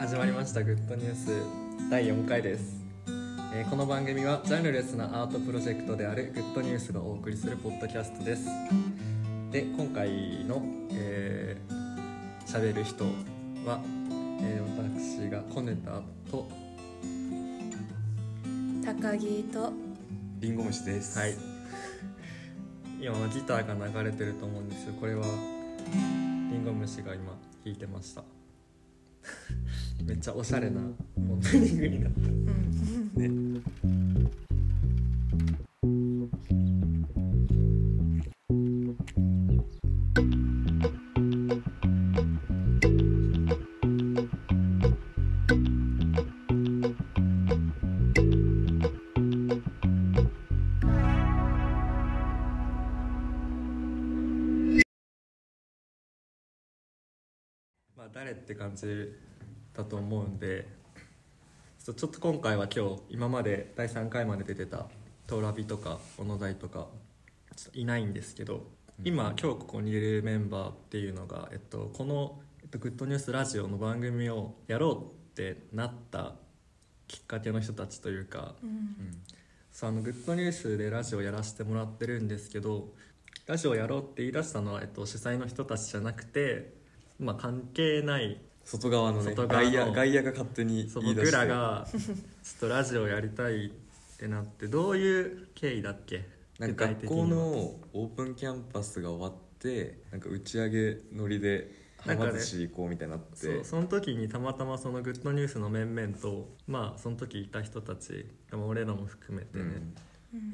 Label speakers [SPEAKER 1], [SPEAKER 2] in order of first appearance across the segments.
[SPEAKER 1] 始まりましたグッドニュース第4回です、えーこの番組はジャンルレスなアートプロジェクトであるグッドニュースがお送りするポッドキャストですで今回のえー喋、る人は、えー私がこねたと
[SPEAKER 2] 高木と
[SPEAKER 3] リンゴ虫です。
[SPEAKER 1] はい。今ギターが流れてると思うんですよこれはリンゴ虫が今弾いてました めっちゃおしゃれなオープニングになった
[SPEAKER 2] うん
[SPEAKER 3] ね。
[SPEAKER 1] まあ、誰って感じだと思うんでちょちょっと今回は今日今まで第3回まで出てたトラビとか小野大とかちょっといないんですけど今今日ここにいるメンバーっていうのが、えっと、この、えっと「グッドニュースラジオ」の番組をやろうってなったきっかけの人たちというか
[SPEAKER 2] うん
[SPEAKER 3] うん。
[SPEAKER 1] そうあのグッドニュースでラジオやらせてもらってるんですけどラジオやろうって言い出したのは、えっと、主催の人たちじゃなくて、まあ、関係ない
[SPEAKER 3] 外側のね。
[SPEAKER 1] 外側の
[SPEAKER 3] 外野外野が勝手に
[SPEAKER 1] そう
[SPEAKER 3] 言い出して。
[SPEAKER 1] 僕らがちょっとラジオやりたいってなってどういう経緯だっけ
[SPEAKER 3] なんか学校
[SPEAKER 1] 具体的には
[SPEAKER 3] のオープンキャンパスが終わって、なんか打ち上げノリで
[SPEAKER 1] なんかね
[SPEAKER 3] 浜寿司行こうみたいになって、
[SPEAKER 1] そうその時にたまたまそのグッドニュースの面々とまあその時いた人たちまあ俺らも含めて
[SPEAKER 3] う
[SPEAKER 1] ね、
[SPEAKER 3] ん
[SPEAKER 2] うん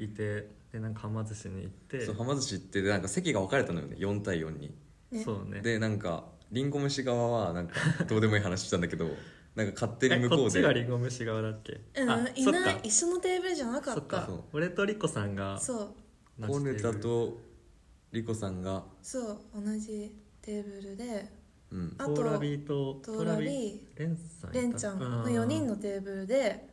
[SPEAKER 1] いてでなんかはま寿司に行って
[SPEAKER 3] そう浜寿司行ってでなんか席が分かれたのよね。4対4に。
[SPEAKER 2] ね
[SPEAKER 1] そうね
[SPEAKER 3] でなんかリンゴ虫側はなんかどうでもいい話したんだけ ど、なんか勝手に
[SPEAKER 1] え
[SPEAKER 3] 向
[SPEAKER 1] こ
[SPEAKER 3] こ
[SPEAKER 1] っ
[SPEAKER 3] う
[SPEAKER 1] ち
[SPEAKER 3] で。
[SPEAKER 1] がリンゴ虫側だっけ、
[SPEAKER 2] うん
[SPEAKER 1] あ
[SPEAKER 2] い
[SPEAKER 1] そっ
[SPEAKER 2] な
[SPEAKER 1] か
[SPEAKER 2] い一緒のテーブルじゃなか
[SPEAKER 1] そっ
[SPEAKER 2] っ
[SPEAKER 1] か
[SPEAKER 2] た
[SPEAKER 3] そう
[SPEAKER 1] 俺とリコさんが
[SPEAKER 2] そう
[SPEAKER 3] コネタとリコさんが、
[SPEAKER 2] そう同じテーブルで
[SPEAKER 3] うん。
[SPEAKER 2] あ
[SPEAKER 1] トラ
[SPEAKER 2] と
[SPEAKER 1] ビと
[SPEAKER 2] トラビ
[SPEAKER 1] レンさんいた
[SPEAKER 2] レンちゃんの4人のテーブルで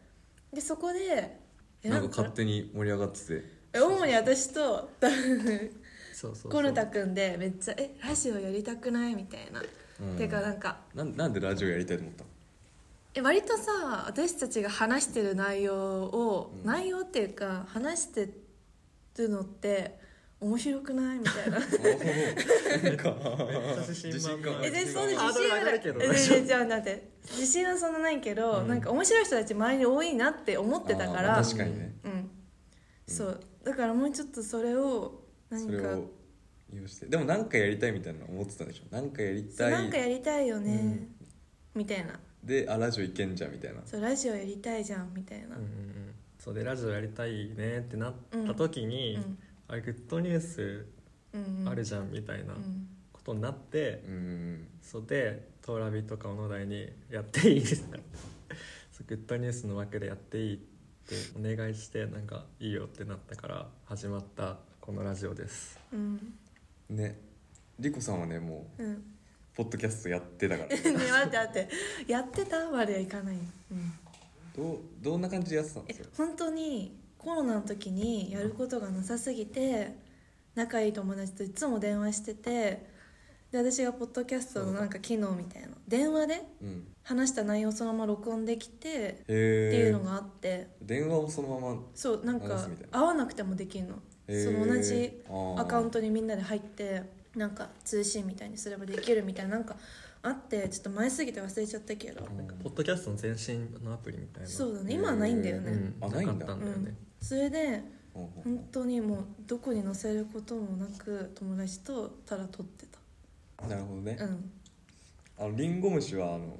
[SPEAKER 2] でそこでえ
[SPEAKER 3] なんか勝手に盛り上がってて。
[SPEAKER 2] え主に私と多分
[SPEAKER 1] そうそうそう
[SPEAKER 2] コルタくんでめっちゃ「えラジオやりたくない?」みたいな、
[SPEAKER 3] うん
[SPEAKER 2] てかなんか
[SPEAKER 3] なんなんでラジオやりたいと思ったの
[SPEAKER 2] え割とさ私たちが話してる内容を、
[SPEAKER 3] うん
[SPEAKER 2] 内容っていうか話してるのって面白くないみたいな
[SPEAKER 3] なんか
[SPEAKER 1] 自信満々
[SPEAKER 2] えでそうで
[SPEAKER 1] ハー
[SPEAKER 2] 自
[SPEAKER 1] ドル
[SPEAKER 2] 信は
[SPEAKER 1] 上が
[SPEAKER 2] な
[SPEAKER 1] る
[SPEAKER 2] い
[SPEAKER 1] けど
[SPEAKER 2] え全然違うだって自信はそんなないけど、
[SPEAKER 1] うん
[SPEAKER 2] なんか面白い人たち周りに多いなって思ってたから
[SPEAKER 3] あー確かにね
[SPEAKER 2] うんそうだからもうちょっとそれを何
[SPEAKER 3] そ
[SPEAKER 2] か
[SPEAKER 3] れを利用してでも何かやりたいみたいなの思ってたんでしょ何かやり
[SPEAKER 2] そうな
[SPEAKER 3] た
[SPEAKER 2] んか
[SPEAKER 3] い
[SPEAKER 2] やりたいよね、
[SPEAKER 1] うん
[SPEAKER 2] みたいな
[SPEAKER 3] であラジオいけんじゃんみたいな
[SPEAKER 2] そうラジオやりたいじゃんみたいな、
[SPEAKER 1] うんうんうんそうでラジオやりたいねってなった時に、
[SPEAKER 2] うん
[SPEAKER 1] あれグッドニュース
[SPEAKER 2] うんうん
[SPEAKER 1] あるじゃんみたいな
[SPEAKER 2] うん
[SPEAKER 1] ことになって、
[SPEAKER 3] うん
[SPEAKER 1] そうでトラビとか小野台に「やっていいですか?」 そうグッドニュースの枠でやっていい」ってお願いしてなんかいいよってなったから始まったこのラジオです
[SPEAKER 2] うん
[SPEAKER 3] ねリコさんはねもう
[SPEAKER 2] うん
[SPEAKER 3] ポッドキャストやっ てたから
[SPEAKER 2] ね待って待ってやってたまではいかない、うん、
[SPEAKER 3] どうどんな感じでやってたん
[SPEAKER 2] え
[SPEAKER 3] ですか
[SPEAKER 2] 本当にコロナの時にやることがなさすぎて仲いい友達といつも電話しててで私がポッドキャストのなんか機能みたいな電話で
[SPEAKER 3] うん
[SPEAKER 2] 話した内容をそのまま録音できてっ
[SPEAKER 3] へ
[SPEAKER 2] ていう
[SPEAKER 3] え
[SPEAKER 2] のがあって
[SPEAKER 3] 電話をそのまま
[SPEAKER 2] そうなん
[SPEAKER 3] 流
[SPEAKER 2] か
[SPEAKER 3] すみたいな
[SPEAKER 2] 会わなくてもできるの
[SPEAKER 3] へ
[SPEAKER 2] そ
[SPEAKER 3] ー
[SPEAKER 2] の同じ
[SPEAKER 3] あー
[SPEAKER 2] アカウントにみんなで入ってなんか通信みたいにすればできるみたいななんかあってちょっと前すぎて忘れちゃったけど
[SPEAKER 3] うん
[SPEAKER 1] なんかポッドキャストの前身のアプリみたいな
[SPEAKER 2] そうだね
[SPEAKER 3] へー
[SPEAKER 2] 今はないんだよ
[SPEAKER 1] う
[SPEAKER 2] ね、
[SPEAKER 1] ん、
[SPEAKER 3] あないんだ
[SPEAKER 1] かったんだよね、
[SPEAKER 2] それで
[SPEAKER 3] うんうん
[SPEAKER 2] 本当にもうどこに載せることもなく友達とただ撮って
[SPEAKER 3] なるほどね
[SPEAKER 2] たうん
[SPEAKER 3] あのリンゴ虫はあの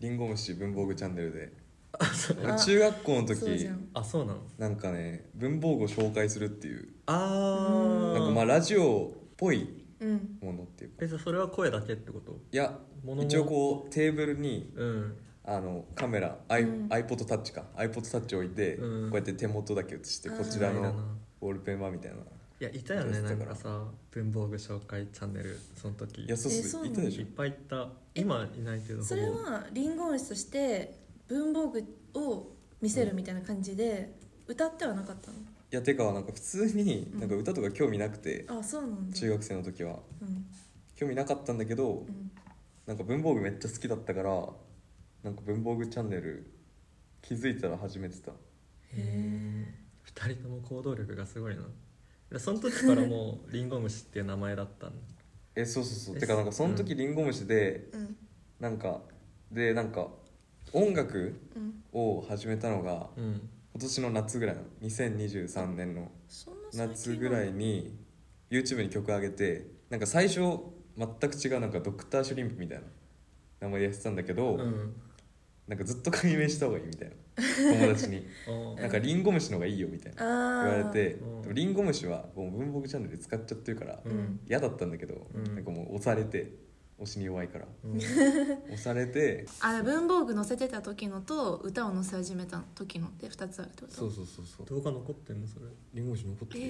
[SPEAKER 3] リンゴ虫文房具チャンネルで
[SPEAKER 2] あ
[SPEAKER 3] 中学校の
[SPEAKER 2] そう
[SPEAKER 3] 時
[SPEAKER 2] じゃん
[SPEAKER 1] あそうなの
[SPEAKER 3] なんかね文房具を紹介するっていう
[SPEAKER 1] あ
[SPEAKER 3] なんかまあラジオっぽい
[SPEAKER 2] うん
[SPEAKER 3] ものっていうか
[SPEAKER 1] えじゃあそれは声だけってこと
[SPEAKER 3] いや
[SPEAKER 1] 物も
[SPEAKER 3] 一応こうテーブルに
[SPEAKER 1] うん
[SPEAKER 3] あのカメラ、アイ
[SPEAKER 2] うん
[SPEAKER 3] iPod タッチか iPod タッチ置いて、
[SPEAKER 1] うん
[SPEAKER 3] こうやって手元だけ映して
[SPEAKER 2] あー
[SPEAKER 3] こちら
[SPEAKER 1] いいな
[SPEAKER 3] のボールペンはみたいない
[SPEAKER 1] やいたよね
[SPEAKER 3] やっ
[SPEAKER 1] な
[SPEAKER 3] てた
[SPEAKER 1] ん
[SPEAKER 3] から
[SPEAKER 1] かさ文房具紹介チャンネルその時
[SPEAKER 3] いやそう
[SPEAKER 2] えーそう
[SPEAKER 3] そう
[SPEAKER 2] な
[SPEAKER 3] 言
[SPEAKER 2] の
[SPEAKER 3] ったで
[SPEAKER 1] いっ
[SPEAKER 3] し
[SPEAKER 1] ぱいいた今いないけど
[SPEAKER 2] そ
[SPEAKER 1] ほぼ
[SPEAKER 2] れはリンゴ虫として文房具を見せるみたいな感じで歌ってはなかった
[SPEAKER 3] ょいやてかなんか普通に
[SPEAKER 2] うん
[SPEAKER 3] なんか歌とか興味なくて、
[SPEAKER 2] のあそうなんだ
[SPEAKER 3] 中学生の時は
[SPEAKER 2] うん
[SPEAKER 3] 興味なかったんだけど
[SPEAKER 2] うん
[SPEAKER 3] なんか文房具めっちゃ好きだったからなんか文房具チャンネル気づいたら始めてた
[SPEAKER 1] へえ2人とも行動力がすごいなでその時からもうリンゴ虫っていう名前だったんだ
[SPEAKER 3] えそうそうそう
[SPEAKER 1] え
[SPEAKER 3] てかなんかその
[SPEAKER 1] う
[SPEAKER 3] 時りんご虫で
[SPEAKER 2] うん
[SPEAKER 3] なんかでなんか音楽
[SPEAKER 2] うん
[SPEAKER 3] を始めたのが
[SPEAKER 1] うん
[SPEAKER 3] 今年の夏ぐらいなの2023年の
[SPEAKER 2] そんな最近
[SPEAKER 3] 夏ぐらいに YouTube に曲上げてなんか最初全く違うなんかドクター・シュリンプみたいな名前でやってたんだけど、
[SPEAKER 1] うん
[SPEAKER 3] なんかずっと解明した方がいいみたいな友達 に
[SPEAKER 1] あー
[SPEAKER 3] なんかリンゴ虫の方がいいよみたいな
[SPEAKER 2] あ
[SPEAKER 3] 言われ
[SPEAKER 2] ー
[SPEAKER 3] て
[SPEAKER 1] うん
[SPEAKER 3] でもリンゴ虫はもう文房具チャンネルで使っちゃってるから
[SPEAKER 1] うん
[SPEAKER 3] 嫌だったんだけど、
[SPEAKER 1] うん
[SPEAKER 3] なんかもう押されて押しに弱いから
[SPEAKER 1] うん
[SPEAKER 3] 押されて
[SPEAKER 2] あ文房具載せてた時のと歌を載せ始めた時ので2つあるってこと
[SPEAKER 3] そうそうそうそう
[SPEAKER 1] 動画残ってんのそれ
[SPEAKER 3] リンゴ虫残ってる、
[SPEAKER 2] え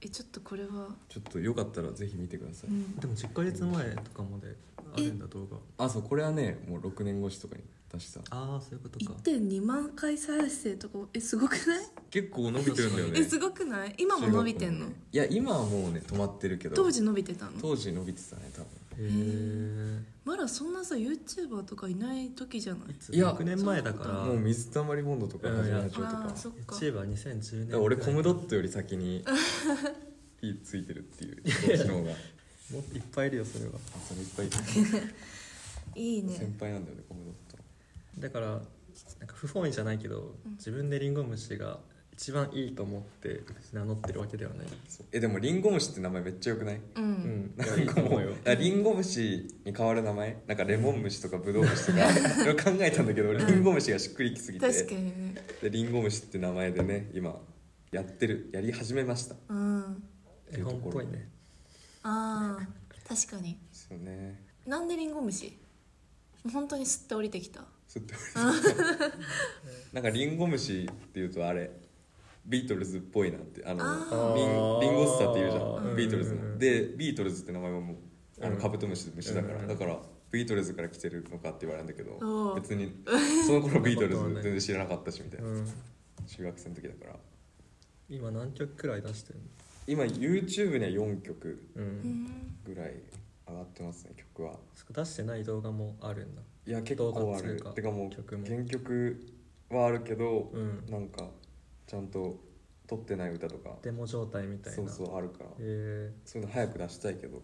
[SPEAKER 2] ー、えちょっとこれは、
[SPEAKER 3] ちょっとよかったらぜひ見てください、
[SPEAKER 2] うん、
[SPEAKER 1] でも10ヶ月前とかまであるんだ動画
[SPEAKER 3] あそうこれはねもう6年越しとかに出した
[SPEAKER 1] ああそういうことか
[SPEAKER 2] 1.2万回再生とかえすごくない、
[SPEAKER 3] 結構伸びてるんだよね
[SPEAKER 2] えすごくない今も伸びてんの
[SPEAKER 3] 中学校いや今はもうね止まってるけど
[SPEAKER 2] 当時伸びてたの
[SPEAKER 3] 当時伸びてたね多分
[SPEAKER 1] へえ
[SPEAKER 2] まだそんなさ YouTuber とかいない時じゃない
[SPEAKER 3] いや
[SPEAKER 1] 6年前だから
[SPEAKER 3] もう水溜りボンドとか
[SPEAKER 1] うん
[SPEAKER 3] 始めちゃうとか
[SPEAKER 2] ああ
[SPEAKER 3] だ
[SPEAKER 2] そっか
[SPEAKER 1] YouTuber2010 年
[SPEAKER 3] から俺コムドットより先に火ついてるっていうこっちの 方が
[SPEAKER 1] もっといっぱいいるよそれは
[SPEAKER 3] あそれいっぱいいた
[SPEAKER 2] いいね
[SPEAKER 3] 先輩なんだよねコムドット
[SPEAKER 1] だからなんか不本意じゃないけど、
[SPEAKER 2] うん
[SPEAKER 1] 自分でリンゴ虫が一番いいと思って名乗ってるわけではない
[SPEAKER 3] そうえでもリンゴ虫って名前めっちゃよくない
[SPEAKER 2] うん、
[SPEAKER 1] うん
[SPEAKER 3] なんかもうあリンゴ虫に変わる名前なんかレモン虫とかブドウ虫とか考えたんだけどリンゴ虫がしっくりきすぎて
[SPEAKER 2] 確かにね
[SPEAKER 3] でリンゴ虫って名前でね今やってるやり始めましたで
[SPEAKER 2] うん
[SPEAKER 1] 絵本っぽいね
[SPEAKER 2] ああ 確かに
[SPEAKER 3] すよね
[SPEAKER 2] なんでリンゴ虫本当にすって降りてきた
[SPEAKER 3] ちょっとなんかリンゴ虫っていうとあれビートルズっぽいなってあの
[SPEAKER 2] あ
[SPEAKER 3] リン
[SPEAKER 1] ー
[SPEAKER 3] リンゴスターって言うじゃ
[SPEAKER 1] うん
[SPEAKER 3] んビートルズ
[SPEAKER 1] うんうんうん
[SPEAKER 3] のでビートルズって名前はもうあ
[SPEAKER 1] う
[SPEAKER 3] の
[SPEAKER 1] ん
[SPEAKER 3] カブトムシで虫だから、
[SPEAKER 1] うんうん
[SPEAKER 3] だからビートルズから来てるのかって言われるんだけ
[SPEAKER 2] お
[SPEAKER 3] ど
[SPEAKER 2] う
[SPEAKER 3] 別にその頃ビートル
[SPEAKER 1] そんなことは
[SPEAKER 3] ズ
[SPEAKER 1] ない
[SPEAKER 3] 全然知らなかったしみたいな
[SPEAKER 1] うん
[SPEAKER 3] 中学生の時だから
[SPEAKER 1] 今何曲くらい出してる
[SPEAKER 3] 今 YouTube には4曲
[SPEAKER 1] の、うん
[SPEAKER 2] うん
[SPEAKER 3] ぐらい上がってますね曲は
[SPEAKER 1] そっか出してない動画もあるんだ
[SPEAKER 3] いや結構あ
[SPEAKER 1] 動画っ
[SPEAKER 3] る
[SPEAKER 1] ていうか
[SPEAKER 3] てかもう
[SPEAKER 1] 曲も
[SPEAKER 3] 原曲はあるけど、
[SPEAKER 1] うん
[SPEAKER 3] なんかちゃんと撮ってない歌とか
[SPEAKER 1] デモ状態みたいな
[SPEAKER 3] そうそうあるから
[SPEAKER 1] へ
[SPEAKER 3] そういうの早く出したいけど、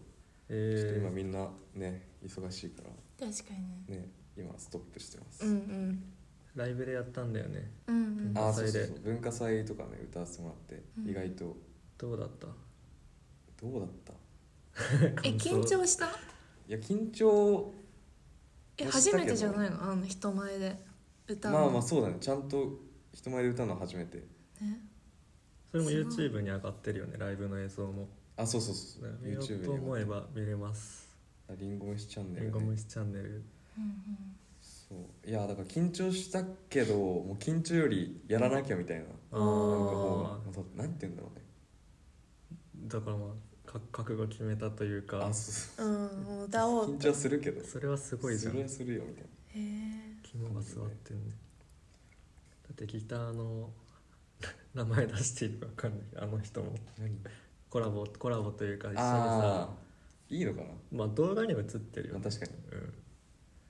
[SPEAKER 1] え
[SPEAKER 3] ちょっと今
[SPEAKER 1] へ
[SPEAKER 3] みんなね忙しいから
[SPEAKER 2] 確かにね
[SPEAKER 3] ね今ストップしてます、
[SPEAKER 2] うんうん
[SPEAKER 1] えライブでやったんだよね
[SPEAKER 2] うんうん
[SPEAKER 3] あー
[SPEAKER 1] そ
[SPEAKER 3] そう
[SPEAKER 1] れ
[SPEAKER 3] そ
[SPEAKER 1] で
[SPEAKER 3] うそう文化祭とかね歌わせてもらって、
[SPEAKER 2] うん
[SPEAKER 3] 意外と
[SPEAKER 1] どうだった
[SPEAKER 3] どうだったい
[SPEAKER 2] え緊張した
[SPEAKER 3] や緊張
[SPEAKER 2] え
[SPEAKER 3] したけど
[SPEAKER 2] 初めてじゃないのあの人前で歌う
[SPEAKER 3] ま
[SPEAKER 2] の
[SPEAKER 3] あまあそうだねちゃんと人前で歌うの初めて
[SPEAKER 2] ね
[SPEAKER 1] それも
[SPEAKER 2] すごい
[SPEAKER 1] YouTube に上がってるよねライブの映像も
[SPEAKER 3] あそうそうそう、
[SPEAKER 1] 見よう
[SPEAKER 3] YouTube
[SPEAKER 1] と思
[SPEAKER 3] に
[SPEAKER 1] えば見れます
[SPEAKER 3] リンゴ虫チャンネ
[SPEAKER 1] リン
[SPEAKER 3] ル、
[SPEAKER 1] ゴ
[SPEAKER 3] ね、
[SPEAKER 1] 虫チャンネル
[SPEAKER 2] うん
[SPEAKER 3] そういやだから緊張したけどもう緊張よりやらなきゃみたいな、
[SPEAKER 1] あ
[SPEAKER 3] なんか
[SPEAKER 1] あ
[SPEAKER 3] もうそうなんて言うんだろうね
[SPEAKER 1] だからまあか覚悟決めたというか
[SPEAKER 3] あそう
[SPEAKER 2] うんうんもう歌
[SPEAKER 3] そ
[SPEAKER 2] お
[SPEAKER 3] う
[SPEAKER 2] う
[SPEAKER 3] 緊張するけど
[SPEAKER 1] それはすごいじゃん
[SPEAKER 3] それはするよみたいな
[SPEAKER 2] へえ
[SPEAKER 1] 肝が座ってんねだってギターの 名前出していいか分かんないあの人も
[SPEAKER 3] 何
[SPEAKER 1] コラボコラボというか一緒に
[SPEAKER 3] あ
[SPEAKER 1] さ
[SPEAKER 3] あいいのかな
[SPEAKER 1] まあ動画には映ってるよ、
[SPEAKER 3] まあ
[SPEAKER 1] ね、
[SPEAKER 3] 確かに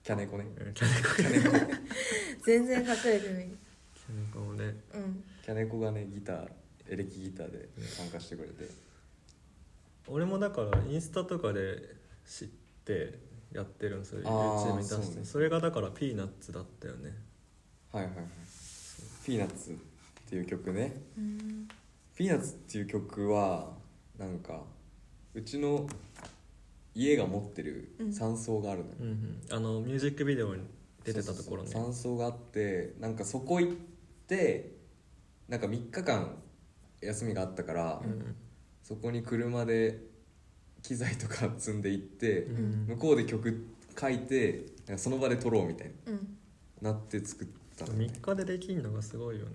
[SPEAKER 3] キャネコね
[SPEAKER 1] うん、うん、キャネコキャネ
[SPEAKER 2] 全然隠れてない
[SPEAKER 1] コもね
[SPEAKER 2] うん
[SPEAKER 3] キャネコがねギターエレキギターで参加してくれて
[SPEAKER 1] 俺もだからインスタとかで知ってやってるんですよ
[SPEAKER 3] あー
[SPEAKER 1] YouTube に出して
[SPEAKER 3] そ
[SPEAKER 1] そ,、
[SPEAKER 3] うね
[SPEAKER 1] れがだからピーナッツだったよね
[SPEAKER 3] はいはいはいピーナッツっていう曲ね
[SPEAKER 2] うん
[SPEAKER 3] ピーナッツっていう曲はなんかうちの家が持ってる
[SPEAKER 2] うん
[SPEAKER 3] 山荘があるのよ、
[SPEAKER 1] うんうんあのミュージックビデオに出てたところね
[SPEAKER 3] そうそうそう山荘があってなんかそこ行ってなんか3日間休みがあったから、
[SPEAKER 1] うん
[SPEAKER 3] そこに車で機材とか積んで行って、
[SPEAKER 1] うん
[SPEAKER 3] 向こうで曲書いてなんかその場で撮ろうみたい
[SPEAKER 2] うん
[SPEAKER 3] になって作ったのね
[SPEAKER 1] 3日でできるのがすごいよね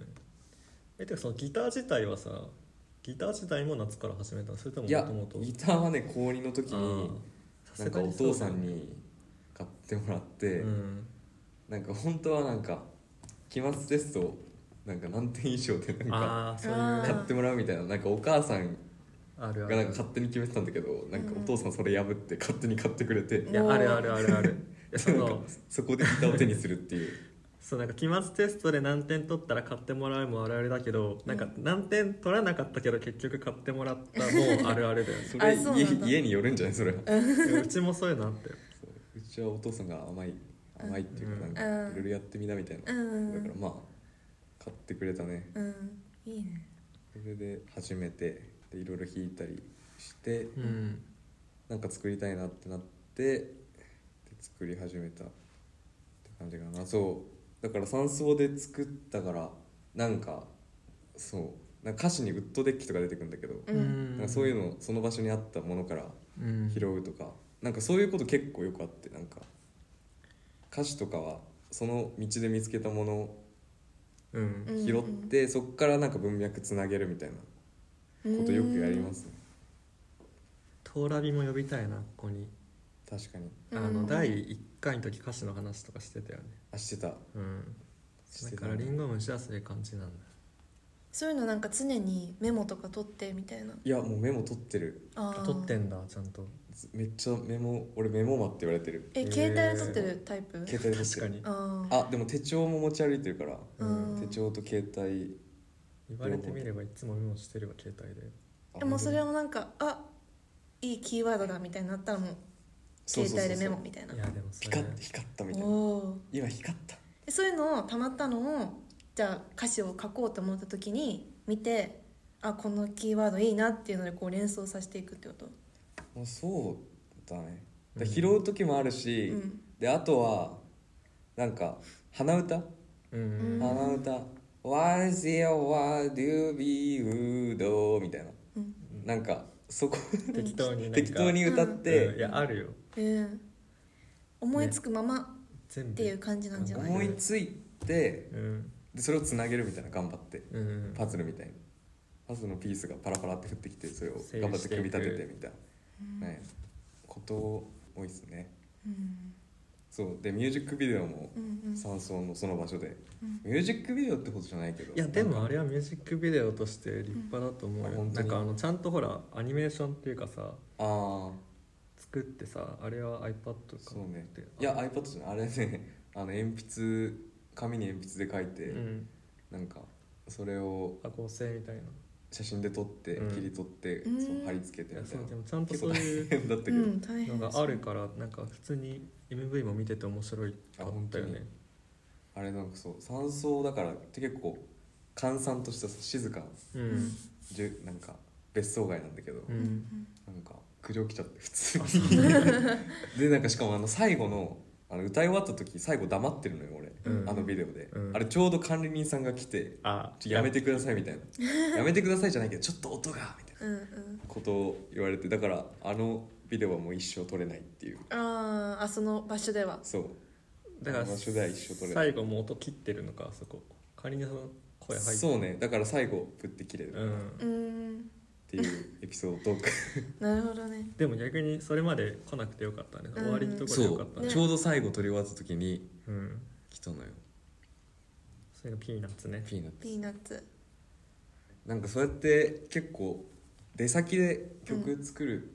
[SPEAKER 1] えてかそのギター自体はさギター自体も夏から始めたのそれとも
[SPEAKER 3] いや
[SPEAKER 1] もともと
[SPEAKER 3] ギターはね高2の時になんかお父さん
[SPEAKER 1] に
[SPEAKER 3] に買ってもらって、
[SPEAKER 1] うん
[SPEAKER 3] なんか本当はなんか期末テストなんか何点以上でなんか
[SPEAKER 1] ああそういう
[SPEAKER 2] あー
[SPEAKER 3] 買ってもらうみたいななんかお母さん
[SPEAKER 1] あるあ
[SPEAKER 3] がなんか
[SPEAKER 1] る
[SPEAKER 3] 勝手に決めてたんだけどなんかお父さんそれ破って勝手に買ってくれて、
[SPEAKER 1] いやあるあるあるあるやそ
[SPEAKER 3] なん
[SPEAKER 1] の
[SPEAKER 3] かそこでギターを手にするっていう
[SPEAKER 1] そうなんか期末テストで何点取ったら買ってもらうもあるあるだけど、なんか何点取らなかったけど結局買ってもらったもあるある だよね
[SPEAKER 3] それ
[SPEAKER 2] あそうなんだ
[SPEAKER 3] 家家によるんじゃないそれは
[SPEAKER 1] うちもそういうのあったよ
[SPEAKER 3] そううちはお父さんが甘い甘いっていうか
[SPEAKER 1] う
[SPEAKER 3] なんんか
[SPEAKER 2] うん
[SPEAKER 3] いろいろやってみなみたいな、
[SPEAKER 2] うん
[SPEAKER 3] だからまあ買ってくれたね
[SPEAKER 2] うんいいね
[SPEAKER 3] それで始めてでいろいろ弾いたりして、
[SPEAKER 1] うん
[SPEAKER 3] なんか作りたいなってなってで作り始めたって感じかなそうだから山荘で作ったからなんかそうなんか歌詞にウッドデッキとか出てくるんだけど、
[SPEAKER 2] うん
[SPEAKER 3] なんかそういうのその場所にあったものから
[SPEAKER 1] うん
[SPEAKER 3] 拾うとか、なんかそういうこと結構よくあってなんか歌詞とかはその道で見つけたものを
[SPEAKER 1] うん
[SPEAKER 2] うん
[SPEAKER 3] 拾って、そっからなんか文脈つなげるみたいなことよくやりますね、
[SPEAKER 1] トーラビも呼びたいなここに
[SPEAKER 3] 確かに
[SPEAKER 1] あ
[SPEAKER 2] う
[SPEAKER 1] の
[SPEAKER 2] ん
[SPEAKER 1] 第1回の時歌詞の話とかしてたよね
[SPEAKER 3] あしてた
[SPEAKER 1] うん
[SPEAKER 3] して
[SPEAKER 1] だ
[SPEAKER 3] た
[SPEAKER 1] からリンゴ虫はそういう感じなんだ
[SPEAKER 2] そういうのなんか常にメモとか取ってみたいない
[SPEAKER 3] やもうメモ取ってる
[SPEAKER 2] あー
[SPEAKER 1] 撮ってんだちゃんと
[SPEAKER 3] めっちゃメモ俺メモマって言われてる
[SPEAKER 2] え携帯で取ってるタイプ
[SPEAKER 3] 携帯で撮
[SPEAKER 1] 確か
[SPEAKER 3] ってる
[SPEAKER 1] に
[SPEAKER 2] あー
[SPEAKER 3] あでも手帳も持ち歩いてるから、
[SPEAKER 2] うん
[SPEAKER 3] 手帳と携帯
[SPEAKER 1] 言われてみればいつもメモしてるわ携帯で
[SPEAKER 3] あ
[SPEAKER 2] でもそれ
[SPEAKER 3] 本
[SPEAKER 2] もなんかあいいキーワードだみたいになったらもう
[SPEAKER 3] 当に
[SPEAKER 2] 携帯でメモ
[SPEAKER 3] そうそうそう
[SPEAKER 2] みたいない
[SPEAKER 1] やでもそれ
[SPEAKER 3] 光って光ったみたい
[SPEAKER 2] お
[SPEAKER 3] な
[SPEAKER 2] おー
[SPEAKER 3] 今光った
[SPEAKER 2] でそういうのをたまったのをじゃあ歌詞を書こうと思った時に見てあこのキーワードいいなっていうのでこう連想させていくってこと
[SPEAKER 3] もうそうだね
[SPEAKER 1] う
[SPEAKER 3] だ
[SPEAKER 1] ん
[SPEAKER 3] 拾う時もあるし、
[SPEAKER 2] うん
[SPEAKER 3] であとはなんか鼻歌
[SPEAKER 1] うん
[SPEAKER 3] 鼻歌「Why's your w d o be good」みたいな
[SPEAKER 2] うん
[SPEAKER 3] なんかそこ
[SPEAKER 1] 適当になんか
[SPEAKER 3] 適当に歌っ
[SPEAKER 1] うんい
[SPEAKER 3] て
[SPEAKER 1] やあるよ
[SPEAKER 2] うん思いつくまま
[SPEAKER 1] 全
[SPEAKER 2] っ
[SPEAKER 1] 部
[SPEAKER 2] ていう感じなんじゃない、
[SPEAKER 3] 思いついて
[SPEAKER 1] うん
[SPEAKER 3] でそれをつなげるみたいな頑張って
[SPEAKER 1] うん
[SPEAKER 3] パズルみたいなパズルのピースがパラパラって降ってきてそれを頑張って組み立ててみたいな、ね、こと多いですね
[SPEAKER 2] うん
[SPEAKER 3] そうでミュージックビデオも
[SPEAKER 2] うんうん
[SPEAKER 3] 山荘のその場所で
[SPEAKER 2] うん
[SPEAKER 3] ミュージックビデオってことじゃないけど
[SPEAKER 1] いやで
[SPEAKER 3] なん
[SPEAKER 1] も
[SPEAKER 3] か
[SPEAKER 1] あれはミュージックビデオとして立派だと思う
[SPEAKER 3] うんあ
[SPEAKER 1] よ、
[SPEAKER 3] 本当
[SPEAKER 1] なん
[SPEAKER 3] に
[SPEAKER 1] かあのちゃんとほらアニメーションっていうかさ
[SPEAKER 3] ああ
[SPEAKER 1] 作ってさあれは iPad とか
[SPEAKER 3] そうね
[SPEAKER 1] で
[SPEAKER 3] いや iPad じゃないあれね あの鉛筆紙に鉛筆で書いて、
[SPEAKER 1] うん
[SPEAKER 3] なんかそれを
[SPEAKER 1] あ合成みたいな
[SPEAKER 3] 写真で撮って、
[SPEAKER 1] うん
[SPEAKER 3] 切り取って、
[SPEAKER 2] うん
[SPEAKER 3] そう貼り付けて
[SPEAKER 1] いや
[SPEAKER 3] みたい
[SPEAKER 1] そう
[SPEAKER 3] な
[SPEAKER 1] でもちゃんと
[SPEAKER 3] 結
[SPEAKER 1] そ
[SPEAKER 3] 構
[SPEAKER 1] う
[SPEAKER 3] 大
[SPEAKER 1] いう
[SPEAKER 3] 変だったけ
[SPEAKER 2] う
[SPEAKER 3] ど、
[SPEAKER 2] ん大変
[SPEAKER 1] のがあるからなんか普通に MV も見てて面白いかったよね
[SPEAKER 3] あれなんかそう山荘だからって結構閑散とした静か
[SPEAKER 1] うん、
[SPEAKER 3] じゅなんか別荘街なんだけど、
[SPEAKER 1] う
[SPEAKER 2] うんん
[SPEAKER 3] なんか苦情来ちゃって普通 にでなんかしかもあの最後のあの歌い終わった時最後黙ってるのよ俺、
[SPEAKER 1] うん
[SPEAKER 3] あのビデオで、
[SPEAKER 1] うん
[SPEAKER 3] あれちょうど管理人さんが来て
[SPEAKER 1] あ
[SPEAKER 3] ちょやめてくださいみたいな やめてくださいじゃないけどちょっと音がみたいな
[SPEAKER 2] うんうん
[SPEAKER 3] ことを言われてだからあのビデオはもう一生撮れないっていう
[SPEAKER 2] あーあその場所では
[SPEAKER 3] そう
[SPEAKER 1] だから
[SPEAKER 3] 場所では一緒取れる
[SPEAKER 1] 最後もう音切ってるのかあそこ仮にその声入って
[SPEAKER 3] そうねだから最後プって切れ
[SPEAKER 1] う
[SPEAKER 3] るっ
[SPEAKER 1] ん
[SPEAKER 2] うーん
[SPEAKER 3] ていうエピソードトーク、
[SPEAKER 2] なるほどね
[SPEAKER 1] でも逆にそれまで来なくてよかったね、
[SPEAKER 2] うん
[SPEAKER 1] 終わりのところでよかったね
[SPEAKER 2] ね
[SPEAKER 3] ちょうど最後撮り終わった時に
[SPEAKER 1] うん
[SPEAKER 3] 来たのよ
[SPEAKER 1] それがピーナッツね
[SPEAKER 3] ピーナッツ
[SPEAKER 2] ピーナッツ
[SPEAKER 3] なんかそうやって結構出先で曲作る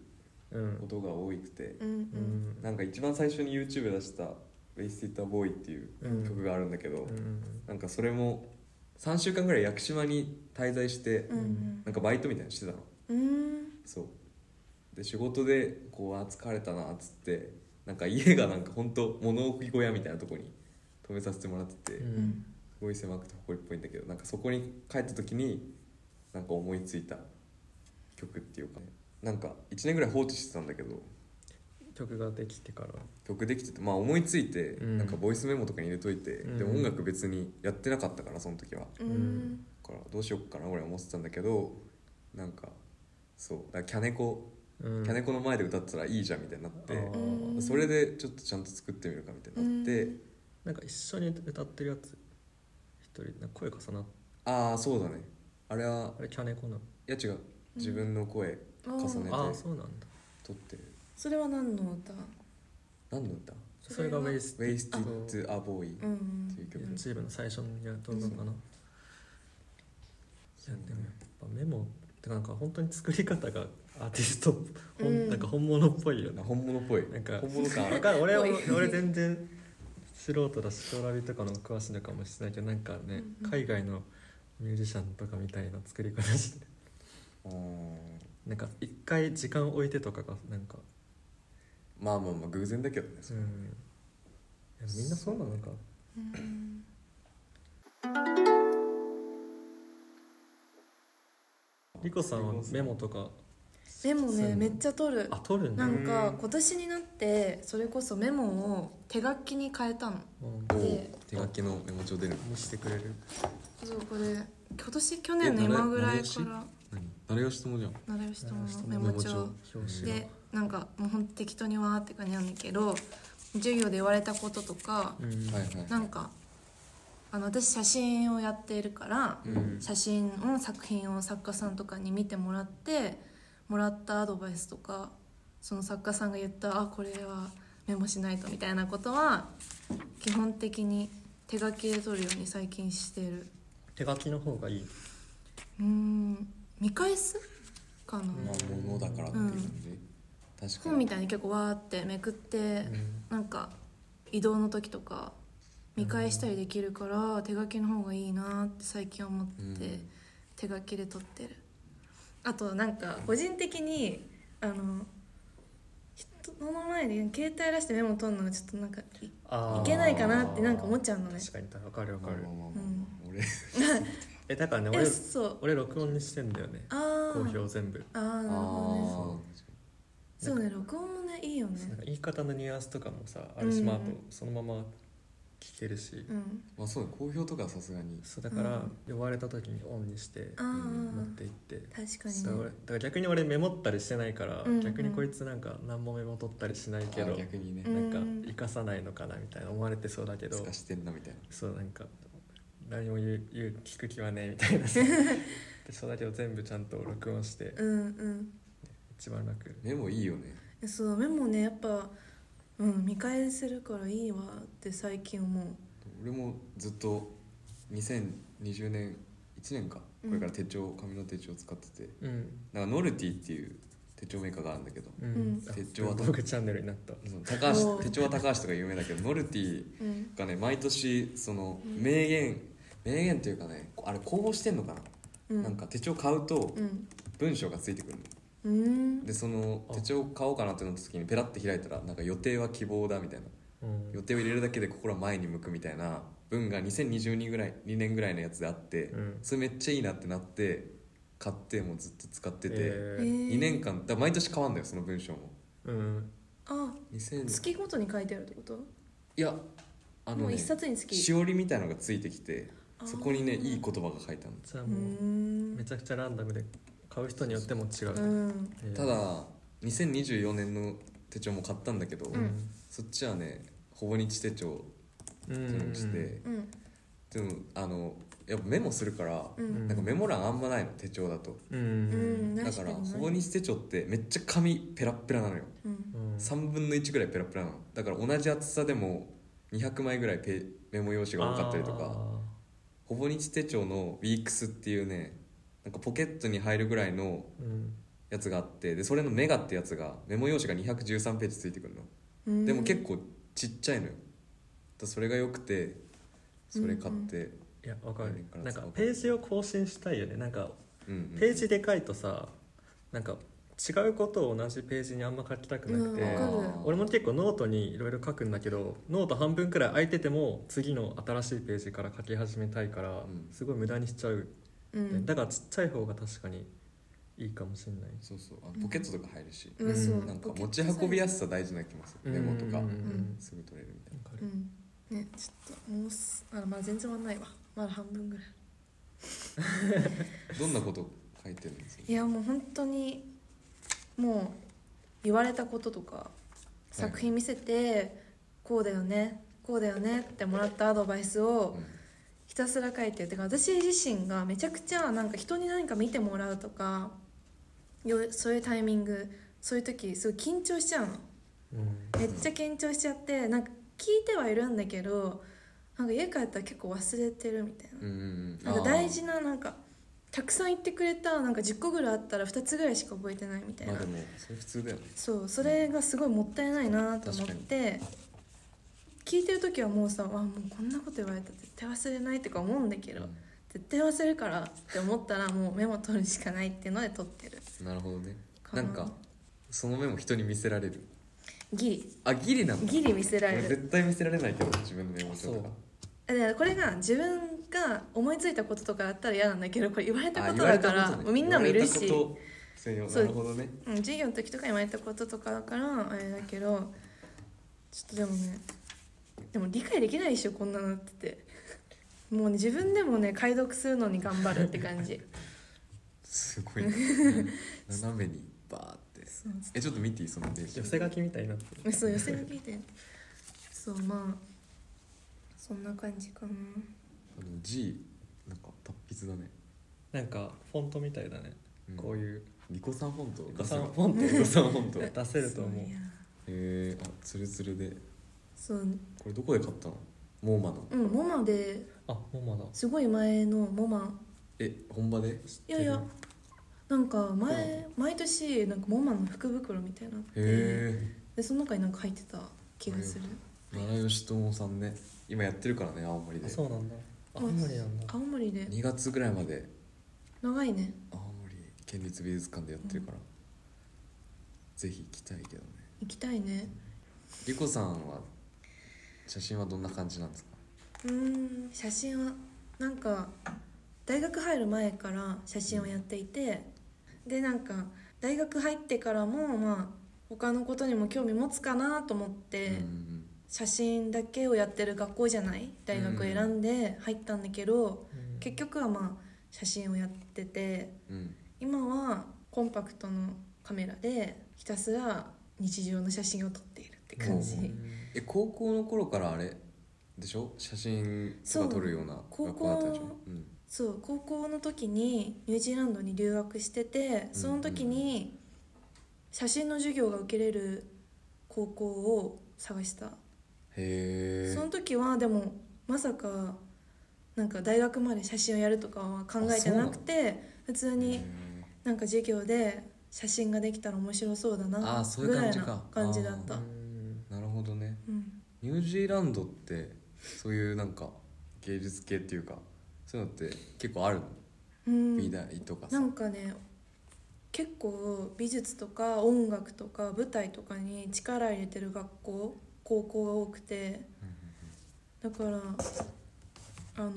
[SPEAKER 1] うん
[SPEAKER 3] ことが多くて、
[SPEAKER 2] うんうん
[SPEAKER 3] なんか一番最初に YouTube 出した「WastedAboy」っていう曲があるんだけど、
[SPEAKER 1] うん
[SPEAKER 3] なんかそれも3週間ぐらい屋久島に滞在して、
[SPEAKER 2] うん
[SPEAKER 3] なんかバイトみたいなのしてたの
[SPEAKER 2] うん
[SPEAKER 3] そうで仕事でこうあ疲れたなっつってなんか家がなんか本当物置小屋みたいなとこに泊めさせてもらって
[SPEAKER 1] う
[SPEAKER 3] て、す
[SPEAKER 1] ん
[SPEAKER 3] ごい狭くて埃っぽいんだけどなんかそこに帰った時になんか思いついた曲っていうかなんか1年ぐらい放置してたんだけど
[SPEAKER 1] 曲ができてから
[SPEAKER 3] 曲できててまあ思いついて、
[SPEAKER 1] うん
[SPEAKER 3] なんかボイスメモとかに入れといて、
[SPEAKER 1] うん
[SPEAKER 3] でも音楽別にやってなかったからその時は
[SPEAKER 2] う
[SPEAKER 1] うん
[SPEAKER 2] ん
[SPEAKER 3] だからどうしよっかな俺は思ってたんだけどなんかそうだからキャネコ
[SPEAKER 1] うん
[SPEAKER 3] キャネコの前で歌ったらいいじゃんみたいになって、
[SPEAKER 1] あー
[SPEAKER 3] それでちょっとちゃんと作ってみるかみたいになって、
[SPEAKER 2] うん
[SPEAKER 1] なんか一緒に歌ってるやつ一人なんか声重なっ
[SPEAKER 3] ああそうだねあれは
[SPEAKER 1] あれキャネコなの
[SPEAKER 3] いや違う自分の声重ね
[SPEAKER 1] ああ
[SPEAKER 3] て
[SPEAKER 1] そうなんだ
[SPEAKER 3] 撮ってる、
[SPEAKER 2] それは何の歌
[SPEAKER 3] 何の歌
[SPEAKER 1] それがウェイス
[SPEAKER 3] 「Wasted a Boy
[SPEAKER 2] う」ん
[SPEAKER 3] っていう曲
[SPEAKER 1] YouTube の最初のや動画かな、いやでもやっぱメモってかなんか本当に作り方がアーティストっぽ、ほん
[SPEAKER 2] うん
[SPEAKER 1] なんか本物っぽいよね
[SPEAKER 3] 本物っぽい
[SPEAKER 1] なんか
[SPEAKER 3] 本物感あ
[SPEAKER 1] わ
[SPEAKER 3] る
[SPEAKER 1] かる俺は
[SPEAKER 2] ぽい
[SPEAKER 1] 俺全然素人だしラビとかの詳しいのかもしれないけどなんかね、
[SPEAKER 2] うんうん
[SPEAKER 1] 海外のミュージシャンとかみたいな作り方して
[SPEAKER 3] うん
[SPEAKER 1] なんか一回時間置いてとかがなんか、
[SPEAKER 3] まあまあまあ偶然だけどね
[SPEAKER 1] うん、いやみんなそうなのか
[SPEAKER 2] うん
[SPEAKER 1] リコさんはメモとか
[SPEAKER 2] メモ
[SPEAKER 1] そうな
[SPEAKER 2] ね
[SPEAKER 1] の
[SPEAKER 2] めっちゃ取る
[SPEAKER 1] あ取るんだ
[SPEAKER 2] な
[SPEAKER 1] うん
[SPEAKER 2] か
[SPEAKER 3] うん
[SPEAKER 2] 今年になってそれこそメモを手書きに変えた
[SPEAKER 1] ん
[SPEAKER 2] の
[SPEAKER 3] おう
[SPEAKER 2] で
[SPEAKER 3] 手書きのメモ帳出るの
[SPEAKER 1] 見してくれる
[SPEAKER 2] そうこれ今年去年の今ぐらい
[SPEAKER 3] え習
[SPEAKER 2] か
[SPEAKER 3] い
[SPEAKER 2] ら
[SPEAKER 3] 何誰がしてもじゃん
[SPEAKER 2] 習い人
[SPEAKER 1] 習
[SPEAKER 2] の
[SPEAKER 1] い人
[SPEAKER 2] メ
[SPEAKER 1] の
[SPEAKER 2] モ
[SPEAKER 3] メモ
[SPEAKER 2] 帳
[SPEAKER 1] 表紙
[SPEAKER 2] でなんかもうほんと適当にわーって感じなんだけど授業で言われたこととか
[SPEAKER 1] うん、
[SPEAKER 3] はいはい
[SPEAKER 2] なんかあの私写真をやっているから
[SPEAKER 3] うん
[SPEAKER 2] 写真の作品を作家さんとかに見てもらってもらったアドバイスとかその作家さんが言ったあこれはメモしないとみたいなことは基本的に手書きで取るように最近してる
[SPEAKER 1] 手書きの方がいいう
[SPEAKER 2] ーん見返すかな、
[SPEAKER 3] まあ物だからっていう感じ確か
[SPEAKER 2] 本み
[SPEAKER 3] に
[SPEAKER 2] たいに結構わーってめくって、
[SPEAKER 1] ん
[SPEAKER 2] なんか移動の時とか見返したりできるから手書きの方がいいなって最近思って、
[SPEAKER 3] うん
[SPEAKER 2] 手書きで撮ってるあとなんか個人的にあの人の前で携帯出してメモ取るのがちょっとなんかいい
[SPEAKER 1] あー
[SPEAKER 2] けないかなってなんか思っちゃうのね
[SPEAKER 1] 確かにわかるわ
[SPEAKER 3] ま
[SPEAKER 1] か
[SPEAKER 3] あまあ
[SPEAKER 1] る
[SPEAKER 3] まあまあ
[SPEAKER 2] うん
[SPEAKER 3] 俺
[SPEAKER 1] えだからね
[SPEAKER 2] え
[SPEAKER 1] 俺
[SPEAKER 2] そう
[SPEAKER 1] 俺録音にしてんだよね
[SPEAKER 2] あ
[SPEAKER 1] 好
[SPEAKER 2] ー
[SPEAKER 1] 評全部
[SPEAKER 2] あーなるほどね
[SPEAKER 3] あ
[SPEAKER 2] そうね録音もねいいよ
[SPEAKER 1] なん
[SPEAKER 2] ね
[SPEAKER 1] か言い方のニュアンスとかもさある
[SPEAKER 2] う
[SPEAKER 1] し、
[SPEAKER 2] ん
[SPEAKER 1] まあ、あとそのまま聞けるし、
[SPEAKER 2] うん
[SPEAKER 3] あまあそうね好評とかはさすがに
[SPEAKER 1] そうだから
[SPEAKER 2] うん
[SPEAKER 1] 呼ばれた時にオンにして
[SPEAKER 2] ああ、
[SPEAKER 1] 持って行って、
[SPEAKER 2] 確かに
[SPEAKER 1] そう俺
[SPEAKER 2] ね
[SPEAKER 1] だから逆に俺メモったりしてないから、
[SPEAKER 2] うんうん
[SPEAKER 1] 逆にこいつなんか何もメモ取ったりしないけ
[SPEAKER 3] あ
[SPEAKER 1] ど
[SPEAKER 3] ー逆にね
[SPEAKER 2] うん
[SPEAKER 1] なんか生かさないのかなみたいな思われてそうだけど、
[SPEAKER 3] 透かしてんなみたいな
[SPEAKER 1] そうなんか何も言う言う聞く気はねえみたいな さでそうだけど全部ちゃんと録音して
[SPEAKER 2] うんうん
[SPEAKER 1] 一番楽、
[SPEAKER 3] メモいいよね
[SPEAKER 2] えそうメモねやっぱうん見返せるからいいわって最近思う
[SPEAKER 3] 俺もずっと2020年1年かこれから手帳紙の手帳使ってて
[SPEAKER 1] うん
[SPEAKER 3] なんかノルティっていう手帳メーカーがあるんだけど
[SPEAKER 1] う
[SPEAKER 2] うん
[SPEAKER 1] ん、あ
[SPEAKER 3] 手帳は
[SPEAKER 1] ブログチャンネルになった
[SPEAKER 3] その高橋
[SPEAKER 2] おー
[SPEAKER 3] 手帳は高橋とか有名だけどノルティ
[SPEAKER 2] うん
[SPEAKER 3] がね毎年その
[SPEAKER 2] うん
[SPEAKER 3] 名言名言というかねあれ公募してんのかな、
[SPEAKER 2] うん
[SPEAKER 3] なんか手帳買うと
[SPEAKER 2] うん
[SPEAKER 3] 文章がついてくるの
[SPEAKER 2] うん
[SPEAKER 3] でその
[SPEAKER 1] あ
[SPEAKER 3] 手帳買おうかなってなった時にペラッて開いたらなんか予定は希望だみたいな
[SPEAKER 1] うん
[SPEAKER 3] 予定を入れるだけで心は前に向くみたいな文が2022ぐらい2年ぐらいのやつであって、
[SPEAKER 1] うん
[SPEAKER 3] それめっちゃいいなってなって買ってもうずっと使ってて、
[SPEAKER 1] え
[SPEAKER 2] え
[SPEAKER 1] ー
[SPEAKER 2] ー
[SPEAKER 3] 2年間だから毎年変わんだよその文章も
[SPEAKER 1] うん
[SPEAKER 2] あ
[SPEAKER 3] 2000
[SPEAKER 2] 月ごとに書いてあるってこと
[SPEAKER 3] いやあ
[SPEAKER 2] も
[SPEAKER 3] の
[SPEAKER 2] う
[SPEAKER 3] ね
[SPEAKER 2] 一冊につき
[SPEAKER 3] しおりみたいのがついてきて
[SPEAKER 2] あー
[SPEAKER 3] そこにねいい言葉が書いてあるの
[SPEAKER 1] じゃあ
[SPEAKER 2] う
[SPEAKER 1] もう、
[SPEAKER 2] ん
[SPEAKER 1] めちゃくちゃランダムで買う人によっても違う、
[SPEAKER 2] うん
[SPEAKER 1] えー
[SPEAKER 3] ただ2024年の手帳も買ったんだけど、
[SPEAKER 2] うん
[SPEAKER 3] そっちはねほぼ日手帳
[SPEAKER 1] う
[SPEAKER 3] って
[SPEAKER 1] ん
[SPEAKER 3] いうのをして、
[SPEAKER 2] うん
[SPEAKER 3] でもあのやっぱメモするから、
[SPEAKER 2] うん
[SPEAKER 3] なんかメモ欄あんまないの手帳だと
[SPEAKER 1] うん、
[SPEAKER 2] うん
[SPEAKER 3] だ
[SPEAKER 2] 確
[SPEAKER 3] か
[SPEAKER 2] からにね
[SPEAKER 3] ほぼ日手帳ってめっちゃ紙ペラッペラなのよ
[SPEAKER 2] うん
[SPEAKER 1] うん
[SPEAKER 3] 3分の1ぐらいペラッペラなのだから同じ厚さでも200枚ぐらいペメモ用紙が多かったりとかほぼ日手帳の Weeks っていうねなんかポケットに入るぐらいの
[SPEAKER 1] あーうん
[SPEAKER 3] やつがあってでそれのメガってやつがメモ用紙が213ページついてくるの、
[SPEAKER 2] うん
[SPEAKER 3] でも結構ちっちゃいのよだからそれが良くてそれ買って、
[SPEAKER 1] いやわかる
[SPEAKER 3] うん
[SPEAKER 1] なんかページを更新したいよねなんか
[SPEAKER 3] うんうん
[SPEAKER 1] ページでかいとさなんか違うことを同じページにあんま書きたくなくて、
[SPEAKER 2] うんわかる
[SPEAKER 3] あー
[SPEAKER 1] 俺も結構ノートにいろいろ書くんだけどノート半分くらい空いてても次の新しいページから書き始めたいから、
[SPEAKER 3] ん
[SPEAKER 1] すごい無駄にしちゃう、
[SPEAKER 2] うん
[SPEAKER 1] だからちっちゃい方が確かにいいかもしれない
[SPEAKER 3] そうそうあのポケットとか入るし、
[SPEAKER 2] うんそう
[SPEAKER 1] うん
[SPEAKER 3] なんか持ち運びやすさ大事な気もするメモとか
[SPEAKER 1] うん
[SPEAKER 3] すぐ取れるみたい
[SPEAKER 1] わか
[SPEAKER 2] う
[SPEAKER 1] る
[SPEAKER 2] んねちょっともうすあまだ全然終わんないわまだ半分ぐらい
[SPEAKER 3] などんなこと書いてるんですか
[SPEAKER 2] いやもう本当にもう言われたこととか作品見せてこうだよねこうだよねってもらったアドバイスをひたすら書いてるてか私自身がめちゃくちゃなんか人に何か見てもらうとかよそういうタイミングそういう時すごい緊張しちゃうの
[SPEAKER 1] うん
[SPEAKER 2] めっちゃ緊張しちゃってなんか聞いてはいるんだけどなんか家帰ったら結構忘れてるみたいな
[SPEAKER 3] うんうんうん
[SPEAKER 2] なんか大事ななんかたくさん言ってくれたなんか10個ぐらいあったら2つぐらいしか覚えてないみたい
[SPEAKER 3] ま
[SPEAKER 2] な
[SPEAKER 3] あでもそれ普通だよね
[SPEAKER 2] そうそれがすごいもったいないなと思って聞いてる時はもうさあもうこんなこと言われたら絶対忘れないとか思うんだけど、絶対忘れるからって思ったらもうメモ取るしかないっていうので取ってる
[SPEAKER 3] なるほどね
[SPEAKER 2] か
[SPEAKER 3] な
[SPEAKER 2] なん
[SPEAKER 3] かその目も人に見せられる
[SPEAKER 2] ギリ
[SPEAKER 3] あギリなんだ
[SPEAKER 2] ギリ見せられ
[SPEAKER 3] 俺
[SPEAKER 2] る
[SPEAKER 3] 絶対見せられないけど自分のメモ帳とか
[SPEAKER 2] でこれが自分が思いついたこととかだったら嫌なんだけどこれ言われた
[SPEAKER 3] あ
[SPEAKER 2] こと
[SPEAKER 3] 言
[SPEAKER 2] だ
[SPEAKER 3] われ
[SPEAKER 2] か
[SPEAKER 3] た
[SPEAKER 2] ら
[SPEAKER 3] ことね
[SPEAKER 2] みんなもいるし
[SPEAKER 3] 言われたこと専用
[SPEAKER 2] そう
[SPEAKER 3] なるほどね
[SPEAKER 2] うん、授業の時とか言われたこととかだからあれだけどちょっとでもねでも理解できないでしょこんなのっててもうね自分でもね解読するのに頑張るって感じ
[SPEAKER 3] すご いね斜めにバーって
[SPEAKER 2] そう
[SPEAKER 3] えちょっと見ていいその電子
[SPEAKER 1] 寄せ書きみたいになってる
[SPEAKER 2] そう寄せ書きでそうまあそんな感じかな
[SPEAKER 3] あの G なんか達筆だね
[SPEAKER 1] なんかフォントみたいだね、こう
[SPEAKER 3] うん
[SPEAKER 1] いう
[SPEAKER 3] リコさんフォント
[SPEAKER 1] リコさん
[SPEAKER 3] ォントリコさんフォントへ
[SPEAKER 1] 出せると思う
[SPEAKER 2] そいや
[SPEAKER 3] えあツルツルで
[SPEAKER 2] そう
[SPEAKER 3] これどこで買ったのモーマの
[SPEAKER 2] うんモマで
[SPEAKER 1] あもうまだ
[SPEAKER 2] すごい前のモマ
[SPEAKER 3] え本場で
[SPEAKER 2] いやいや
[SPEAKER 1] 知っ
[SPEAKER 2] なんか前毎年なんかモマの福袋みたいなのあって
[SPEAKER 3] へ
[SPEAKER 2] でその中になんか入ってた気がする
[SPEAKER 3] え奈良義友さんね今やってるからね青森
[SPEAKER 1] あ
[SPEAKER 3] で
[SPEAKER 1] そうなんだ青森なんだ
[SPEAKER 2] 青森で
[SPEAKER 3] 2月ぐらいまで
[SPEAKER 2] 長いね
[SPEAKER 3] 青森県立美術館でやってるから、ぜひ行きたいけどね
[SPEAKER 2] 行きたいね
[SPEAKER 3] リコさんは写真はどんな感じなんですか
[SPEAKER 2] うーん写真はなんか大学入る前から写真をやっていてでなんか大学入ってからもまあ他のことにも興味持つかなと思って、
[SPEAKER 3] うんうん
[SPEAKER 2] 写真だけをやってる学校じゃない大学を選んで入ったんだけど、
[SPEAKER 1] うん
[SPEAKER 2] 結局はまあ写真をやってて
[SPEAKER 3] うん
[SPEAKER 2] 今はコンパクトのカメラでひたすら日常の写真を撮っているって感じ
[SPEAKER 3] うえ高校の頃からあれでしょ写真とか撮るような
[SPEAKER 2] そう
[SPEAKER 3] 学校だったでしょ
[SPEAKER 2] 高校
[SPEAKER 3] うん
[SPEAKER 2] そう高校の時にニュージーランドに留学しててその時に写真の授業が受けれる高校を探した
[SPEAKER 3] へえ
[SPEAKER 2] その時はでもまさかなんか大学まで写真をやるとかは考えてなくて普通になんか授業で写真ができたら面白そうだ
[SPEAKER 3] あ
[SPEAKER 2] な
[SPEAKER 3] ーそうい
[SPEAKER 2] ぐ
[SPEAKER 3] う
[SPEAKER 2] ら
[SPEAKER 3] 感
[SPEAKER 2] い
[SPEAKER 3] じか
[SPEAKER 2] な感じだった
[SPEAKER 1] う
[SPEAKER 2] うん
[SPEAKER 3] なるほどね
[SPEAKER 2] ん
[SPEAKER 3] ニュージーランドってそういうなんか芸術系っていうかそういうのって結構あるの、
[SPEAKER 2] うん
[SPEAKER 3] 美大とかさ
[SPEAKER 2] なんかね結構美術とか音楽とか舞台とかに力入れてる学校高校が多くてだからあの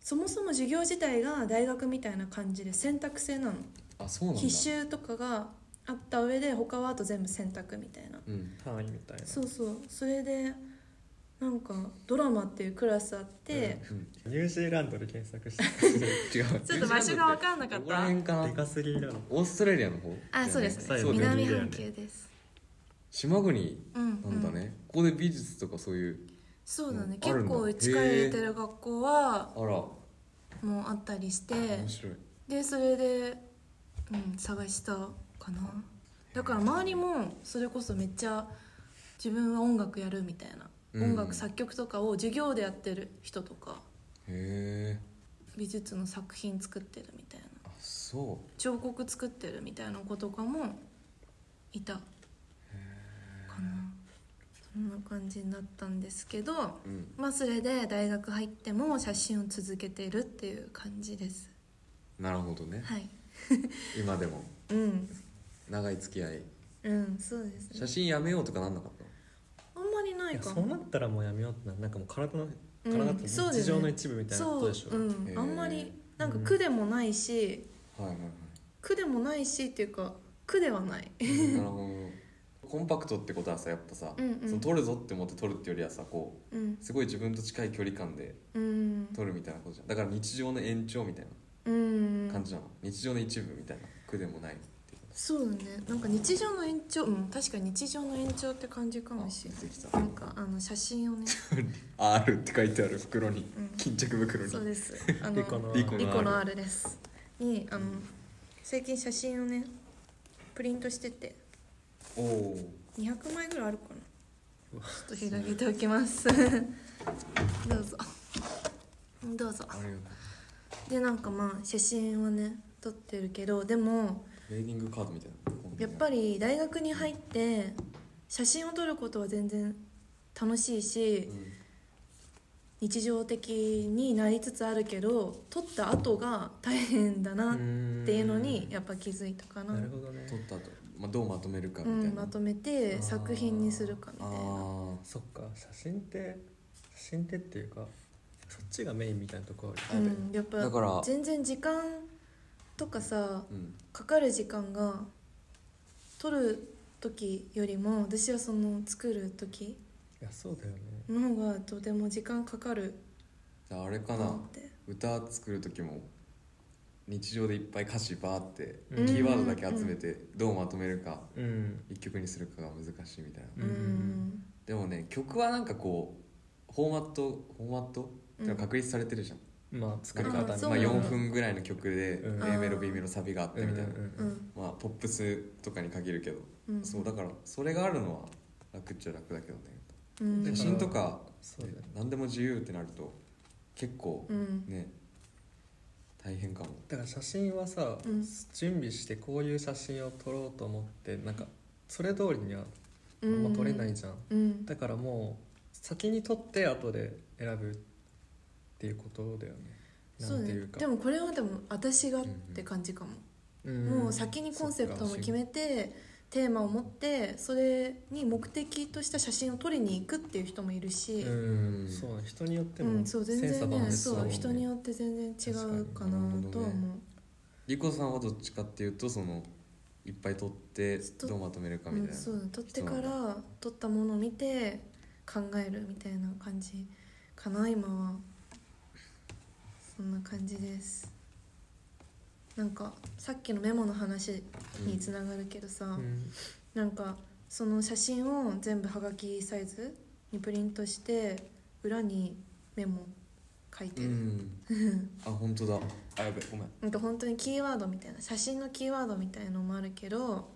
[SPEAKER 2] そもそも授業自体が大学みたいな感じで選択制なの
[SPEAKER 3] あそうなんだ
[SPEAKER 2] 必修とかがあった上で他はあと全部選択みたいな
[SPEAKER 3] うん
[SPEAKER 1] 単位みたいな
[SPEAKER 2] そうそうそれでなんかドラマっていうクラスあって、
[SPEAKER 3] うん、
[SPEAKER 1] ニュージーランドで検索して
[SPEAKER 3] 違 う
[SPEAKER 2] ちょっと場所が分かんなかった
[SPEAKER 3] ニュージーランドてどこら辺か
[SPEAKER 1] デ
[SPEAKER 3] な
[SPEAKER 1] カすぎだろ
[SPEAKER 3] オーストラリアの方
[SPEAKER 2] あそうで
[SPEAKER 3] だ
[SPEAKER 2] す
[SPEAKER 3] よ
[SPEAKER 1] ね
[SPEAKER 2] ね
[SPEAKER 1] そうだよね
[SPEAKER 2] 南半球です、
[SPEAKER 3] 島国
[SPEAKER 2] うん
[SPEAKER 3] なんだね、ここで美術とかそういう
[SPEAKER 2] そうだね、
[SPEAKER 3] うんあ
[SPEAKER 2] 結
[SPEAKER 3] るんだ
[SPEAKER 2] 構力入れてる学校は
[SPEAKER 3] あら
[SPEAKER 2] もうあったりして
[SPEAKER 3] 面白い
[SPEAKER 2] でそれで、うん、探したかなだから周りもそれこそめっちゃ自分は音楽やるみたいな、
[SPEAKER 3] うん
[SPEAKER 2] 音楽作曲とかを授業でやってる人とか
[SPEAKER 3] へえ
[SPEAKER 2] 美術の作品作ってるみたいな
[SPEAKER 3] あそ
[SPEAKER 2] 彫刻作ってるみたいな子とかもいたかなそんな感じになったんですけど
[SPEAKER 3] ううん
[SPEAKER 2] まあそれで大学入っても写真を続けてるっていう感じです
[SPEAKER 3] なるほどね
[SPEAKER 2] はい
[SPEAKER 3] 今でも
[SPEAKER 2] うん
[SPEAKER 3] 長い付き合い
[SPEAKER 2] うんそうです
[SPEAKER 3] 写
[SPEAKER 2] ね
[SPEAKER 3] 真やめようとかなんなかったの
[SPEAKER 2] あんまりないい
[SPEAKER 1] や
[SPEAKER 2] か
[SPEAKER 1] そうな
[SPEAKER 2] も
[SPEAKER 1] ったらもうやめようってなるなんかもう体の
[SPEAKER 2] うん
[SPEAKER 1] 体って
[SPEAKER 2] そうです
[SPEAKER 1] 日
[SPEAKER 2] ね
[SPEAKER 1] 常の一部みたいなこ
[SPEAKER 2] そ
[SPEAKER 1] と
[SPEAKER 2] う
[SPEAKER 1] でしょ、
[SPEAKER 2] うん
[SPEAKER 3] へー
[SPEAKER 2] あんまりなんか苦でもないし
[SPEAKER 3] はいはいは
[SPEAKER 2] 苦でもないしっていうか苦ではない
[SPEAKER 3] い なるほどコンパクトってことはさやっぱさ、
[SPEAKER 2] うんうん
[SPEAKER 3] その撮るぞって思って撮るっていうよりはさこ
[SPEAKER 2] うん
[SPEAKER 3] うすごい自分と近い距離感で
[SPEAKER 2] うん
[SPEAKER 3] 撮るみたいなことじゃんだから日常の延長みたい
[SPEAKER 2] うん
[SPEAKER 3] な感じなの、日常の一部みたいな苦でもないっていう
[SPEAKER 2] そうだねなんか日常の延長うん確かに日常の延長って感じかもしれ
[SPEAKER 3] あ出てき
[SPEAKER 2] な
[SPEAKER 3] た
[SPEAKER 2] いなんかあの写真 をね
[SPEAKER 3] あ R って書いてある袋
[SPEAKER 2] う
[SPEAKER 3] に、
[SPEAKER 2] ん
[SPEAKER 3] 巾着袋に
[SPEAKER 2] そうですあ
[SPEAKER 1] リコの
[SPEAKER 3] リコの
[SPEAKER 2] リコの
[SPEAKER 3] R
[SPEAKER 2] R ですにあの最近写真をねプリントしてて
[SPEAKER 3] おお
[SPEAKER 2] 200枚ぐらいあるか
[SPEAKER 1] う
[SPEAKER 2] なちょっと広げ ておきますどうぞどうぞ
[SPEAKER 3] あれよ
[SPEAKER 2] でなんかまあ写真はね撮ってるけどでも
[SPEAKER 3] レーディングカードみたいな
[SPEAKER 2] やっぱ
[SPEAKER 3] り
[SPEAKER 2] り大学に入って写真を撮ることは全然楽しいし日常的になりつつあるけど撮った後が大変だなっていうのにやっぱ気づいたかな
[SPEAKER 1] なるほどね
[SPEAKER 3] 撮った後、まあどうまとめるかみ
[SPEAKER 2] う
[SPEAKER 3] たい
[SPEAKER 2] ん、
[SPEAKER 3] な、
[SPEAKER 2] まとめて作品にするかみたいな
[SPEAKER 3] あ
[SPEAKER 1] そっか写真って写真ってっていうかそっちがメインみたいなとこある
[SPEAKER 3] あ
[SPEAKER 2] うん、やっ
[SPEAKER 3] だから
[SPEAKER 2] ぱ全然時間とかさ
[SPEAKER 3] ーうん
[SPEAKER 2] かかる時間が取る時よりも私はその作る時
[SPEAKER 1] いやそうだよね
[SPEAKER 2] の方がとても時間かかる
[SPEAKER 3] じゃああれか
[SPEAKER 2] なっ
[SPEAKER 3] な
[SPEAKER 2] て
[SPEAKER 3] 歌作る時も日常でいっぱい歌詞バーってキ
[SPEAKER 1] うん
[SPEAKER 3] ーワードだけ集めてどうまとめるか
[SPEAKER 1] うん
[SPEAKER 3] 一曲にするかが難しいみたいな
[SPEAKER 1] うん
[SPEAKER 2] うん
[SPEAKER 3] でもね曲はなんかこうフォーマットフォーマットっていうのは確立されてるじゃん、
[SPEAKER 1] まあ作り方
[SPEAKER 3] なんか
[SPEAKER 1] みたいな
[SPEAKER 2] そう
[SPEAKER 3] まあ、
[SPEAKER 2] なんだ
[SPEAKER 3] 4分ぐらいの曲で
[SPEAKER 1] うん
[SPEAKER 3] A メロ B メロサビがあってみたいな、
[SPEAKER 1] うん
[SPEAKER 2] う
[SPEAKER 1] うん
[SPEAKER 2] ん
[SPEAKER 3] まあポップスとかに限るけど、
[SPEAKER 2] うん
[SPEAKER 3] そうだからそれがあるのは楽っちゃ楽だけどね
[SPEAKER 2] うん
[SPEAKER 1] だ
[SPEAKER 3] 写
[SPEAKER 1] ら
[SPEAKER 3] 真とか
[SPEAKER 1] そうだよね
[SPEAKER 3] 何でも自由ってなると結構
[SPEAKER 2] うん
[SPEAKER 3] ね、大変かも
[SPEAKER 1] だから写真はさ、
[SPEAKER 2] うん
[SPEAKER 1] 準備してこういう写真を撮ろうと思ってなんかそれ通りにはあ
[SPEAKER 2] うんん
[SPEAKER 1] ま撮れないじゃん、
[SPEAKER 2] うん
[SPEAKER 1] だからもう先に撮って後で選ぶっていうことだよね
[SPEAKER 2] そう
[SPEAKER 1] なんて
[SPEAKER 2] ね
[SPEAKER 1] いうか
[SPEAKER 2] でもこれはでも私がって感じかも
[SPEAKER 1] うん
[SPEAKER 2] もう先にコンセプトも決めてテーマを持ってそれに目的とした写真を撮りに行くっていう人もいるし、
[SPEAKER 1] う
[SPEAKER 2] うん
[SPEAKER 1] んそうね人によっても
[SPEAKER 2] そう
[SPEAKER 1] 千
[SPEAKER 2] 全
[SPEAKER 1] 差
[SPEAKER 2] 然
[SPEAKER 1] 万
[SPEAKER 2] ね
[SPEAKER 1] 別だもん
[SPEAKER 2] そう
[SPEAKER 1] ね
[SPEAKER 2] 人によって全然違うかなとは思う、
[SPEAKER 3] リコさんはどっちかっていうとそのいっぱい撮って
[SPEAKER 2] ずっと
[SPEAKER 3] どうまとめるか
[SPEAKER 2] う
[SPEAKER 3] みたい
[SPEAKER 2] ん、
[SPEAKER 3] な、
[SPEAKER 2] そう撮ってから撮ったものを見て考えるみたいな感じかな今はそんな感じですなんかさっきのメモの話につながるけどさ、
[SPEAKER 1] うん
[SPEAKER 2] なんかその写真を全部はがきサイズにプリントして裏にメモ書いて
[SPEAKER 3] う
[SPEAKER 2] る、
[SPEAKER 3] ん、あ本当だあやべごめん
[SPEAKER 2] なんか本当にキーワードみたいな写真のキーワードみたいのもあるけど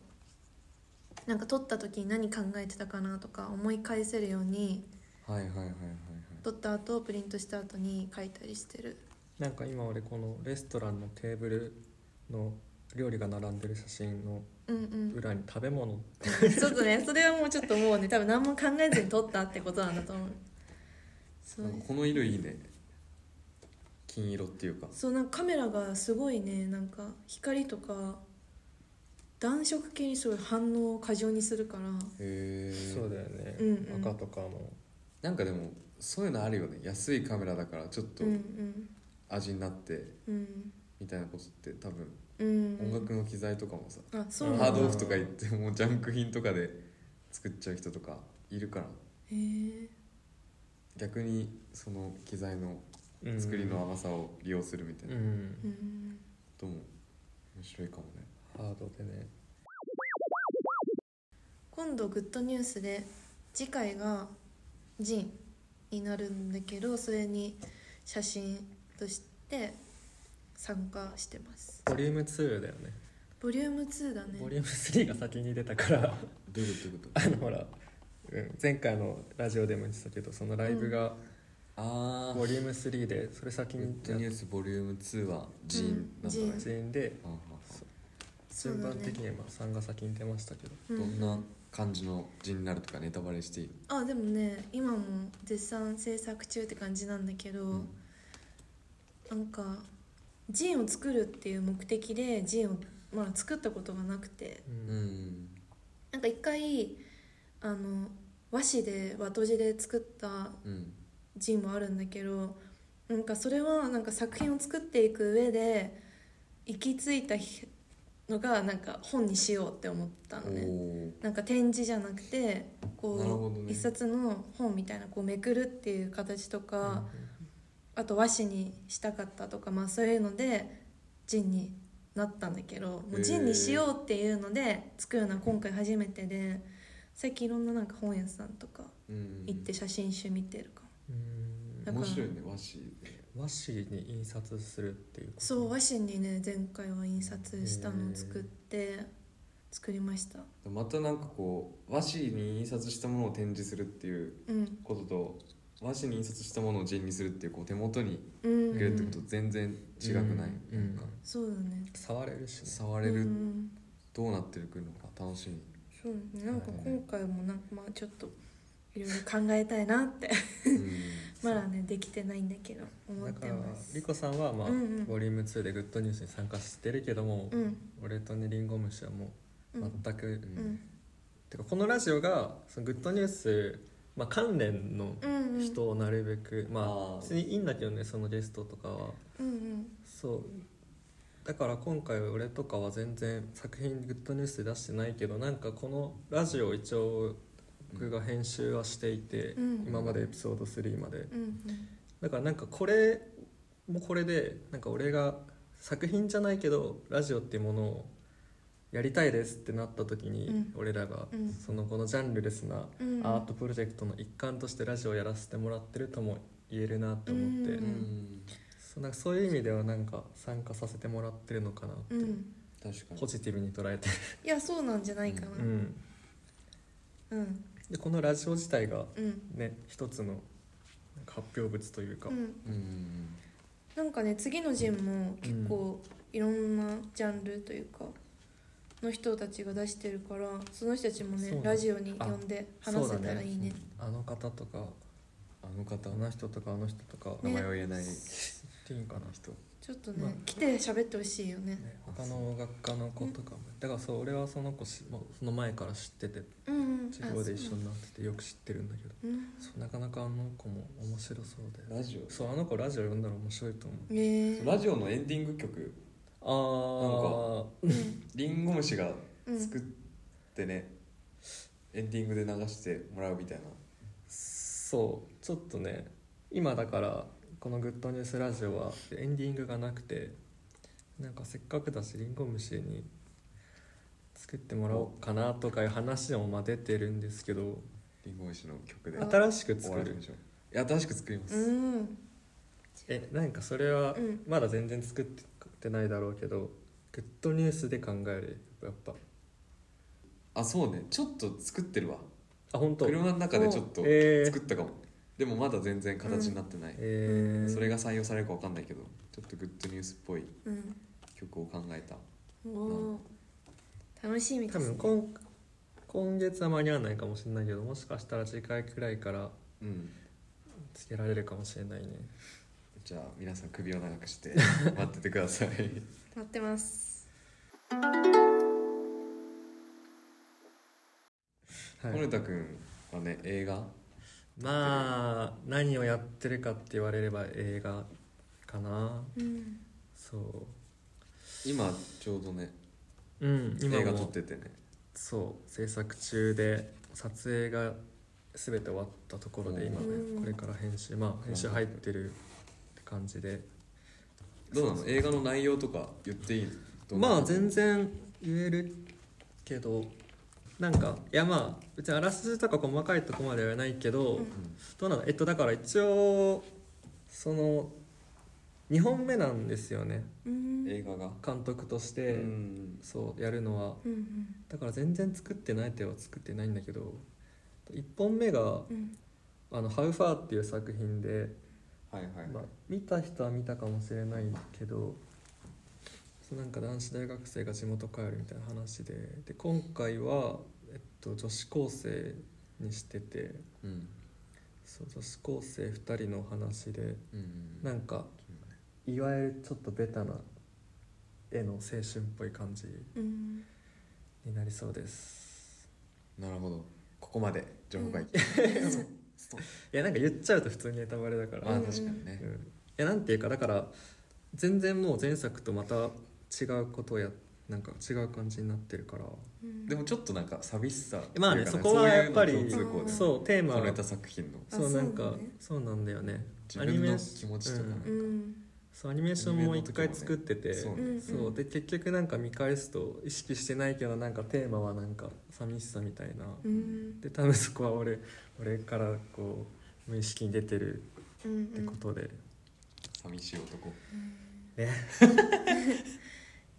[SPEAKER 2] なんか撮った時に何考えてたかなとか思い返せるように
[SPEAKER 3] はいはいはいはいはい
[SPEAKER 2] 撮った後プリントした後に書いたりしてる
[SPEAKER 1] なんか今俺このレストランのテーブルの料理が並んでる写真の
[SPEAKER 2] うんうん
[SPEAKER 1] 裏に食べ物
[SPEAKER 2] ちょっとねそれはもうちょっともうね多分何も考えずに撮ったってことなんだと思うそう
[SPEAKER 3] なん
[SPEAKER 2] で
[SPEAKER 3] か
[SPEAKER 2] す
[SPEAKER 3] この色いいね金色っていうか
[SPEAKER 2] そうなんかカメラがすごいねなんか光とか暖色系にすごい反応を過剰にするから
[SPEAKER 3] へえ
[SPEAKER 1] そうだよね、
[SPEAKER 2] うんうん
[SPEAKER 1] 赤とかも
[SPEAKER 3] なんかでもそういうのあるよね安いカメラだからちょっと
[SPEAKER 2] うんうん
[SPEAKER 3] 味になって
[SPEAKER 2] うん
[SPEAKER 3] みたいなことって多分
[SPEAKER 2] うん
[SPEAKER 3] 音楽の機材とかもさ、
[SPEAKER 2] あそうなんだ
[SPEAKER 3] ハードオフとか行ってもうジャンク品とかで作っちゃう人とかいるから
[SPEAKER 2] へえ
[SPEAKER 3] 逆にその機材の
[SPEAKER 1] うん
[SPEAKER 3] 作りの甘さを利用するみたいな
[SPEAKER 1] う
[SPEAKER 2] うんん
[SPEAKER 3] ことも面白いかもね
[SPEAKER 1] ハードでね
[SPEAKER 2] 今度グッドニュースで次回がジンになるんだけどそれに写真として参加してます
[SPEAKER 1] ボリューム2だよね
[SPEAKER 2] ボリューム2だね
[SPEAKER 1] ボリューム3が先に出たから
[SPEAKER 3] どういうこと
[SPEAKER 1] あのほら、うん、前回のラジオでも言ってたけどそのライブが
[SPEAKER 3] あ
[SPEAKER 1] ボリューム3でそれ先
[SPEAKER 3] グ
[SPEAKER 1] に
[SPEAKER 3] ッドニュースボリューム2はジーンなんだ
[SPEAKER 2] うんジ
[SPEAKER 3] ね
[SPEAKER 1] 全員で
[SPEAKER 3] ああ
[SPEAKER 2] そう
[SPEAKER 1] 順
[SPEAKER 2] だ
[SPEAKER 1] 番
[SPEAKER 2] ね
[SPEAKER 1] 的にはまあ3が先に出ましたけど
[SPEAKER 2] う
[SPEAKER 3] ど
[SPEAKER 2] うん
[SPEAKER 3] な感じのジーンになるとかネタバレしていい
[SPEAKER 2] あでもね今も絶賛制作中って感じなんだけど、
[SPEAKER 3] ん
[SPEAKER 2] なんかジンを作るっていう目的でジンをまだ作ったことがなくて
[SPEAKER 1] う
[SPEAKER 3] うんん
[SPEAKER 2] なんか一回あの和紙で和とじで作った
[SPEAKER 3] うん
[SPEAKER 2] ジンもあるんだけどなんかそれはなんか作品を作っていく上で行き着いたひのがなんか本にしようって思ったの
[SPEAKER 3] お
[SPEAKER 2] ね。
[SPEAKER 3] お
[SPEAKER 2] なんか展示じゃなくて
[SPEAKER 3] なるほ
[SPEAKER 2] こ
[SPEAKER 3] ど
[SPEAKER 2] う、
[SPEAKER 3] ね
[SPEAKER 2] 一冊の本みたいなこうめくるっていう形とか、あと和紙にしたかったとか、まあ、そういうのでジンになったんだけども
[SPEAKER 3] へー
[SPEAKER 2] うジンにしようっていうので作るのは今回初めてで最近いろんななんか本屋さんとか
[SPEAKER 3] うん
[SPEAKER 2] 行って写真集見てるかも、
[SPEAKER 1] うん
[SPEAKER 2] だから
[SPEAKER 3] 面白いね和紙で
[SPEAKER 1] 和紙に印刷するっていうこと
[SPEAKER 2] そう和紙にね前回は印刷したのを作って作りました
[SPEAKER 3] またなんかこう和紙に印刷したものを展示するっていう
[SPEAKER 2] うん
[SPEAKER 3] ことと和紙に印刷したものを人にするっていうこう手元に
[SPEAKER 2] うん
[SPEAKER 3] 入れるってこと全然違くない、
[SPEAKER 1] うん
[SPEAKER 3] なんか
[SPEAKER 2] そうだね
[SPEAKER 1] 触れるし、ね、
[SPEAKER 3] 触れる、
[SPEAKER 2] うん
[SPEAKER 3] どうなってくるのか楽しみ
[SPEAKER 2] そうねなんか今回もなんかまあちょっといろいろ考えたいなってまだねできてないんだけど思
[SPEAKER 1] だ
[SPEAKER 2] っ
[SPEAKER 1] か
[SPEAKER 2] て
[SPEAKER 1] ら
[SPEAKER 2] ます
[SPEAKER 1] リコさんは、まあ
[SPEAKER 2] うんうん
[SPEAKER 1] ボリューム2でグッドニュースに参加してるけども、
[SPEAKER 2] うん
[SPEAKER 1] 俺とねりんご虫はも
[SPEAKER 2] う
[SPEAKER 1] うん全く、
[SPEAKER 2] うん
[SPEAKER 1] てかこのラジオがそのグッドニュース、まあ、関連の
[SPEAKER 2] うんうん
[SPEAKER 1] 人をなるべく、ま
[SPEAKER 3] あ
[SPEAKER 1] あ
[SPEAKER 3] ー
[SPEAKER 1] 別にいいんだけどねそのゲストとかは
[SPEAKER 2] うんうん
[SPEAKER 1] そうだから今回俺とかは全然作品グッドニュースで出してないけどなんかこのラジオ一応僕が編集はしていて、
[SPEAKER 2] うん
[SPEAKER 1] 今までエピソード3まで
[SPEAKER 2] うん
[SPEAKER 1] だからなんかこれもこれでなんか俺が作品じゃないけどラジオっていうものをやりたいですってなった時に、
[SPEAKER 2] うん
[SPEAKER 1] 俺らが、
[SPEAKER 2] うん
[SPEAKER 1] そのこのジャンルレスな
[SPEAKER 2] うんうん
[SPEAKER 1] アートプロジェクトの一環としてラジオをやらせてもらってるとも言えるなと思って、
[SPEAKER 2] うん
[SPEAKER 1] そうなんかそういう意味ではなんか参加させてもらってるのかなって、
[SPEAKER 2] うん
[SPEAKER 3] 確かに
[SPEAKER 1] ポジティブに捉えてる、
[SPEAKER 2] いやそうなんじゃないかな
[SPEAKER 1] うん、
[SPEAKER 2] うん
[SPEAKER 1] でこのラジオ自体が
[SPEAKER 2] うん
[SPEAKER 1] ね一つのなんか発表物というか、
[SPEAKER 2] うん
[SPEAKER 3] うん
[SPEAKER 2] なんかね次のジンも結構いろんなジャンルというかの人たちが出してるからその人たちも
[SPEAKER 1] そう
[SPEAKER 2] ね
[SPEAKER 1] だ
[SPEAKER 2] ラジオに呼んで話せたらいいね
[SPEAKER 1] あの方とか
[SPEAKER 3] あの
[SPEAKER 1] あ
[SPEAKER 3] 方
[SPEAKER 1] の人とかあの人とか、
[SPEAKER 3] 名
[SPEAKER 2] ね
[SPEAKER 3] 前を言えない
[SPEAKER 1] っていいんかな
[SPEAKER 3] 人
[SPEAKER 2] ちょっと
[SPEAKER 1] まあ
[SPEAKER 2] ね来て喋ってほしいよね
[SPEAKER 1] ね他の音楽家の子とかも、だからそう俺はその子しもうその前から知ってて
[SPEAKER 2] うんうん
[SPEAKER 1] 授業で一緒になっててよく知ってるんだけど
[SPEAKER 2] うん
[SPEAKER 1] そうなかなかあの子も面白そうで
[SPEAKER 3] ラジオ
[SPEAKER 1] そうあの子ラジオ読んだら面白いと思う
[SPEAKER 2] えー
[SPEAKER 3] ラジオのエンディング曲
[SPEAKER 1] あ
[SPEAKER 2] うん
[SPEAKER 3] リンゴ虫が
[SPEAKER 2] うん
[SPEAKER 3] 作ってね、エンディングで流してもらうみたいな
[SPEAKER 1] そうちょっとね今だからこの「グッドニュースラジオは」エンディングがなくてなんかせっかくだしりんご虫に作ってもらおうかなとかいう話もまあ出てるんですけど
[SPEAKER 3] リンゴ虫の曲で
[SPEAKER 2] あ
[SPEAKER 1] 新しく
[SPEAKER 3] 終
[SPEAKER 1] 作
[SPEAKER 3] わらせ
[SPEAKER 1] る
[SPEAKER 3] ましょういや新しく作ります、
[SPEAKER 2] うん
[SPEAKER 1] えなんかそれは
[SPEAKER 2] うん
[SPEAKER 1] まだ全然作ってないだろうけど、グッドニュースで考えるやっぱ
[SPEAKER 3] あそうねちょっと作ってるわ
[SPEAKER 1] あ本当
[SPEAKER 3] 車の中でちょっと
[SPEAKER 1] えー
[SPEAKER 3] 作ったかも、でもまだ全然形になってない、
[SPEAKER 1] えー、
[SPEAKER 3] それが採用されるかわかんないけどちょっとグッドニュースっぽい
[SPEAKER 2] うん
[SPEAKER 3] 曲を考えた
[SPEAKER 2] おー楽しみで
[SPEAKER 1] 多
[SPEAKER 2] す
[SPEAKER 1] 分
[SPEAKER 2] ね
[SPEAKER 1] 今今月は間に合わないかもしれないけどもしかしたら次回くらいから
[SPEAKER 3] うん
[SPEAKER 1] つけられるかもしれないね
[SPEAKER 3] じゃあ皆さん首を長くして 待っててください
[SPEAKER 2] 待ってます
[SPEAKER 1] はい
[SPEAKER 3] 森田君はね映画
[SPEAKER 1] まあ何をやってるかって言われれば映画かな
[SPEAKER 2] うん
[SPEAKER 1] そ
[SPEAKER 3] 今ちょうどね
[SPEAKER 1] ううん今も
[SPEAKER 3] 映画撮っててね
[SPEAKER 1] そう制作中で撮影が全て終わったところで今
[SPEAKER 2] う
[SPEAKER 1] ね
[SPEAKER 2] ん
[SPEAKER 1] これから編集まあ編集入ってるって感じで
[SPEAKER 3] どうなの映画の内容とか言っていいどうなの
[SPEAKER 1] まあ全然言えるけどなんかいやまあ別にあらすじとか細かいとこまでは言えないけど、
[SPEAKER 2] うん
[SPEAKER 1] どうなのえっとだから一応その2本目なんですよね
[SPEAKER 2] うん
[SPEAKER 3] 映画が
[SPEAKER 1] 監督とし
[SPEAKER 3] う
[SPEAKER 1] て
[SPEAKER 3] ん
[SPEAKER 1] そうやるのは
[SPEAKER 2] うんうん
[SPEAKER 1] だから全然作ってない手は作ってないんだけど1本目が
[SPEAKER 2] うん
[SPEAKER 1] 「あのハウファー」っていう作品で、
[SPEAKER 3] はいはい、
[SPEAKER 1] まあ、見た人は見たかもしれないけどそうなんか男子大学生が地元帰るみたいな話でで今回は、えっと、女子高生にしてて
[SPEAKER 3] うん
[SPEAKER 1] そう女子高生2人の話で
[SPEAKER 3] うん
[SPEAKER 1] なんかいわゆるちょっとベタな絵の青春っぽい感じ
[SPEAKER 2] うん
[SPEAKER 1] になりそうです
[SPEAKER 3] なるほどここまで情報解禁、
[SPEAKER 1] いやなんか言っちゃうと普通にネタバレだから、
[SPEAKER 3] ま
[SPEAKER 1] う
[SPEAKER 3] あ
[SPEAKER 1] ん
[SPEAKER 3] 確かにね、
[SPEAKER 1] いやなんていうかだから全然もう前作とまた違うことをやなんか違う感じになってるから
[SPEAKER 2] うん
[SPEAKER 3] でもちょっとなんか寂しさというか
[SPEAKER 1] まあねそこはやっぱり
[SPEAKER 3] そういうの共通項で
[SPEAKER 2] そ
[SPEAKER 1] そうテーマ
[SPEAKER 3] 取れた作品の
[SPEAKER 2] あ
[SPEAKER 1] そうなん
[SPEAKER 2] そう
[SPEAKER 1] か
[SPEAKER 2] なのね
[SPEAKER 1] そうなんだよね
[SPEAKER 3] 自
[SPEAKER 1] アニ
[SPEAKER 3] 分
[SPEAKER 1] メ
[SPEAKER 3] の
[SPEAKER 1] ー
[SPEAKER 3] 気
[SPEAKER 1] シ
[SPEAKER 3] 持ちとかなんか、
[SPEAKER 1] う
[SPEAKER 2] うん
[SPEAKER 1] そうアニメーションも一回作ってて
[SPEAKER 3] そう
[SPEAKER 2] うんうん
[SPEAKER 1] そうで結局なんか見返すと意識してないけどなんかテーマはなんか寂しさみたいな
[SPEAKER 2] うん
[SPEAKER 1] で多分そこは俺俺からこう無意識に出てる
[SPEAKER 2] うんうん
[SPEAKER 1] ってことで、
[SPEAKER 3] 寂しい男
[SPEAKER 1] ね